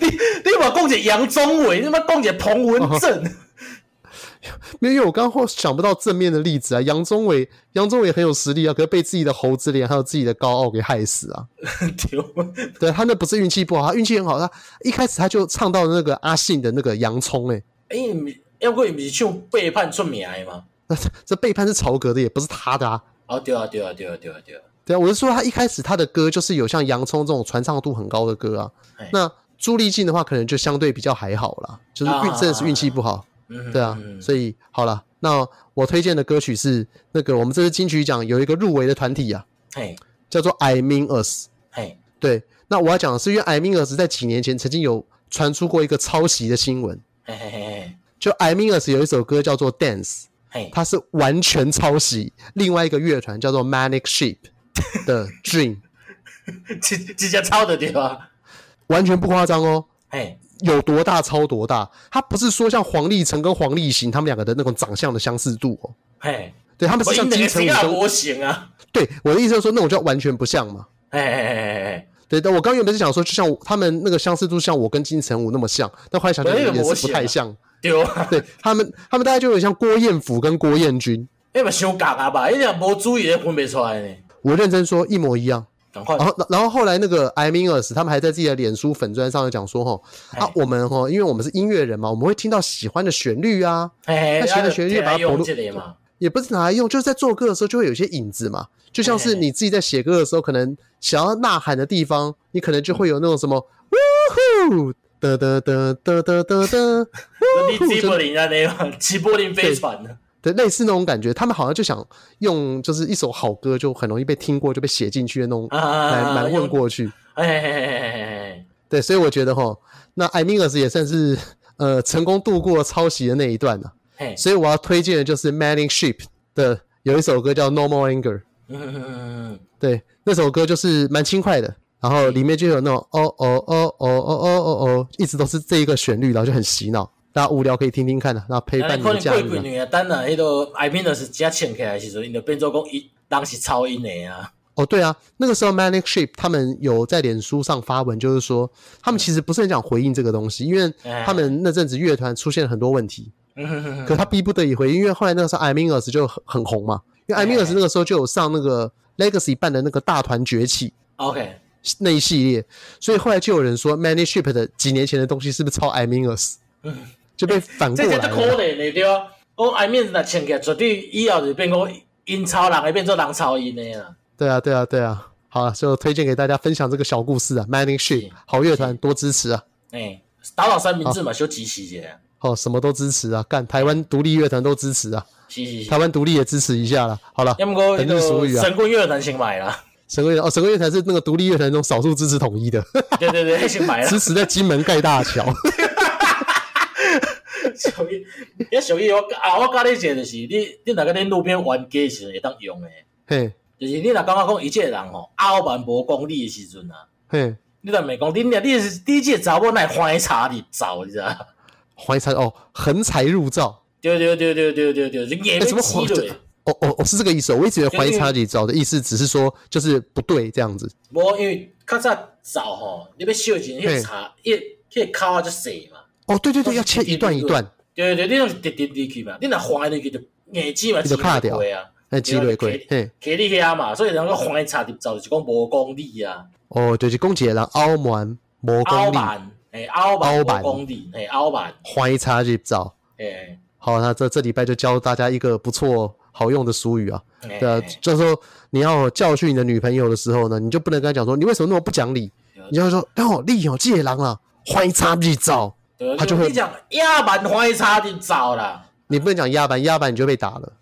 你把讲解杨宗纬，你他妈讲解彭文正。
没有，因为我刚刚想不到正面的例子啊。杨宗纬，杨宗纬很有实力啊，可是被自己的猴子脸还有自己的高傲给害死啊。
[LAUGHS] 对啊
对他那不是运气不好，他运气很好，他一开始他就唱到那个阿信的那个洋葱、欸，
哎，你是要不你是唱背叛出名的吗？
那这这背叛是曹格的，也不是他的啊。
哦，对啊，对啊，对啊，对啊，对啊。
对啊，我是说他一开始他的歌就是有像洋葱这种传唱度很高的歌啊
哎。
那朱丽静的话，可能就相对比较还好啦，就是运
啊
真的是运气不好。
嗯，
对啊，
嗯
所以好了，那我推荐的歌曲是那个我们这次金曲奖有一个入围的团体啊，
嘿，
叫做 I Mean Us。
嘿，
对，那我要讲的是，因为 I Mean Us 在几年前曾经有传出过一个抄袭的新闻，
嘿嘿嘿
就 I Mean Us 有一首歌叫做 Dance，
嘿，嘿，
它是完全抄袭另外一个乐团叫做 Manic Sheep 的 Dream， [LAUGHS]
直直接抄的对吧？
完全不夸张哦。
嘿，
有多大抄多大，它不是说像黄立成跟黄立行他们两个的那种长相的相似度哦，
嘿，
对，他们是
我
像
那
金城武
个谁啊？
跟
模型啊？
对我的意思就是说那种叫完全不像嘛，
嘿嘿嘿嘿嘿。
对，但我刚原本是想说，就像我他们那个相似度像我跟金城武那么像，但后来想想
本来有
也
模
是
型
不
啊
太像。
对啊，
对他们，他们大概就有点像郭彦甫跟郭彦均，
迄嘛伤夹啊吧，迄若无注意，分袂出来呢。
我认真说一模一样。
赶快
然，后，然后后来那个 I mean us，他们还在自己的脸书粉砖上面讲说，吼啊
哎，
我们吼，因为我们是音乐人嘛，我们会听到喜欢的旋律啊，
嘿嘿，
那学的
啊
学历
就
把它
用
投入
这个嘛，
也不是拿来用，就是在做歌的时候就会有一些影子嘛，就像是
哎
你自己在写歌的时候，可能想要呐喊的地方，你可能就会有那种什么呜呼。得得得得得得得，
就你吉柏林安尼啊嘛， [LAUGHS] 吉柏林飞船啊呢？
对，类似那种感觉，他们好像就想用，就是一首好歌就很容易被听过，就被写进去的那种，
啊啊啊
来
啊
来
用
问过去。
嘿嘿嘿嘿嘿嘿
对，所以我觉得哈，那 I mean us 也算是呃成功度过抄袭的那一段了、
嘿，嘿，
所以我要推荐的就是 Manning Sheep 的有一首歌叫 No More Anger，
嗯嗯嗯嗯
对，那首歌就是蛮轻快的，然后里面就有那种哦哦哦哦哦哦哦哦，一直都是这一个旋律，然后就很洗脑。大家无聊可以听听看的、那陪
嗯，啊
伴
你
你
可
的
能
假
过
日
几
啊、
年啊，等啊，迄个 I mean 是只穿起来的时阵，伊就变做讲伊人是超音的啊。
哦，对啊，那个时候 Manic Sheep 他们有在脸书上发文，就是说他们其实不是很想回应这个东西，因为他们那阵子乐团出现了很多问题，
嗯嗯嗯
可
嗯，
他逼不得已回应，因为后来那个时候 I Mean Us 就很很红嘛，因为 I Mean Us 那个时候就有上那个 Legacy 办的那个大团崛起
OK，
那一系列，所以后来就有人说 Manic Sheep 的几年前的东西是不是抄 I Mean Us，
嗯
就被反过
这
来
这都可
了。
能的对啊。我 I mean 若穿起来，绝对以后就变讲因超人，会变做人超音的啦。
对啊，对啊，对啊。好了，就推荐给大家分享这个小故事啊，Manic Sheep 好乐团多支持啊。
哎，打倒三明治
啊
嘛，小支持一下。
哦，什么都支持啊！干台湾独立乐团都支持啊，
是是是
台。湾独立也支持一下啦。好了，
要么我
本日俗语啊
神棍乐团先
[LAUGHS]
买啦，
神棍乐哦，神棍乐团是那个独立乐团中少数支持统一的，
对对对，先买
[LAUGHS]
啦。
支持在金门盖大桥。 [LAUGHS]
属于，也属于我啊，我教你一个，就是你你若个恁路边冤家的时阵会当用的，
嘿，
就是你若感觉讲伊即个人吼傲慢无讲理的时阵啊，
嘿，
你若咪讲恁俩，你是你即个查某乃翻查你走，你知道吗？
怀才哦，横财入灶。
对对对对对对对，就眼
哎、怎
睛
么
起
怀？
落。
哦哦哦，是这个意思哦。我一直以为怀才入灶的意思只是说就是不对这样子。
无因为较早走吼，你要小钱，迄个
嘿
查，迄迄个口啊就细嘛。
哦，对对对，要切一段一段，
对对，你拢是直直入去嘛，你若翻入去就眼睛嘛，
你就卡掉
对啊。
哎，鸡腿鬼，嘿，
起你遐嘛，所以人个翻查入走就是讲无讲理啊。
哦，就是讲一个人傲慢无
凹
功力，
板，诶，凹板
凹
无
板
公理，诶，凹板，
怀才入灶。
诶，
好，那这这礼拜就教大家一个不错好用的俗语啊。
对
对啊，就是说你要教训你的女朋友的时候呢，你就不能跟她讲说你为什么那么不讲理，你就会说刚好利哦，借狼啦，欢迎插地照，
对，
他就会
你讲亚蛮欢差的早啦， [LAUGHS]
你不能讲压板，压板你就被打了。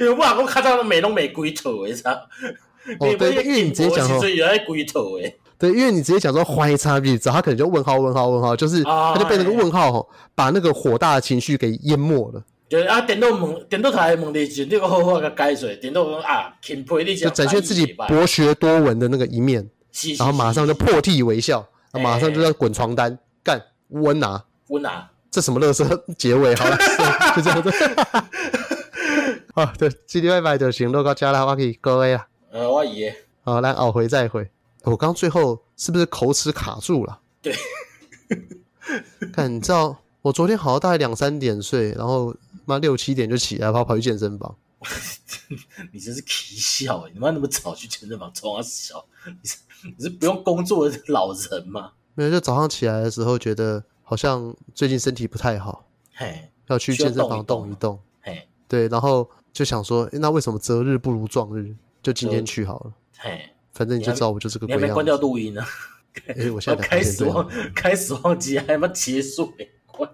有不然我看到都美拢美几套的，操！
哦，对，因为你直接讲哦
所，以有在几套的，
对，因为你直接讲说欢迎插地照，他可能就问号问号问号，就是
啊
他就被那个问号吼，把那个火大的情绪给淹没了，
就是啊，电脑问电脑台问题是你个好好甲解释，电脑讲啊，钦佩你这
就
样
展现自己
台语不错
博学多闻的那个一面，
是是
然后马上就是破涕为笑，马上就要滚床单，干温拿，
稳啊，
这什么乐色 [LAUGHS] 结尾？好了，是就这样子。 [LAUGHS] 好，对，今天拜拜就行，落到家啦，我给各位啦。啊
呃，我伊诶，
好，来熬回再回。我刚最后是不是口齿卡住了？ [LAUGHS]
对。
看，你知道我昨天好像大概两三点睡，然后妈六七点就起来，跑跑去健身房。
你真是奇笑诶，你妈那么早去健身房冲啊笑，你是你是不用工作的老人吗？
没有，就早上起来的时候觉得好像最近身体不太好，
嘿，
要去健身房
需要动
动
啊一动
一动。
嘿，
对，然后就想说，诶那为什么择日不如撞日？就今天去好了，
嘿，
反正你就知道我就是个
你
鬼
还没
样
关掉
子。
录音呢、 [LAUGHS]
哎，我现在
我
才
开
发现
始
这样
忘开始忘记还没结束诶、关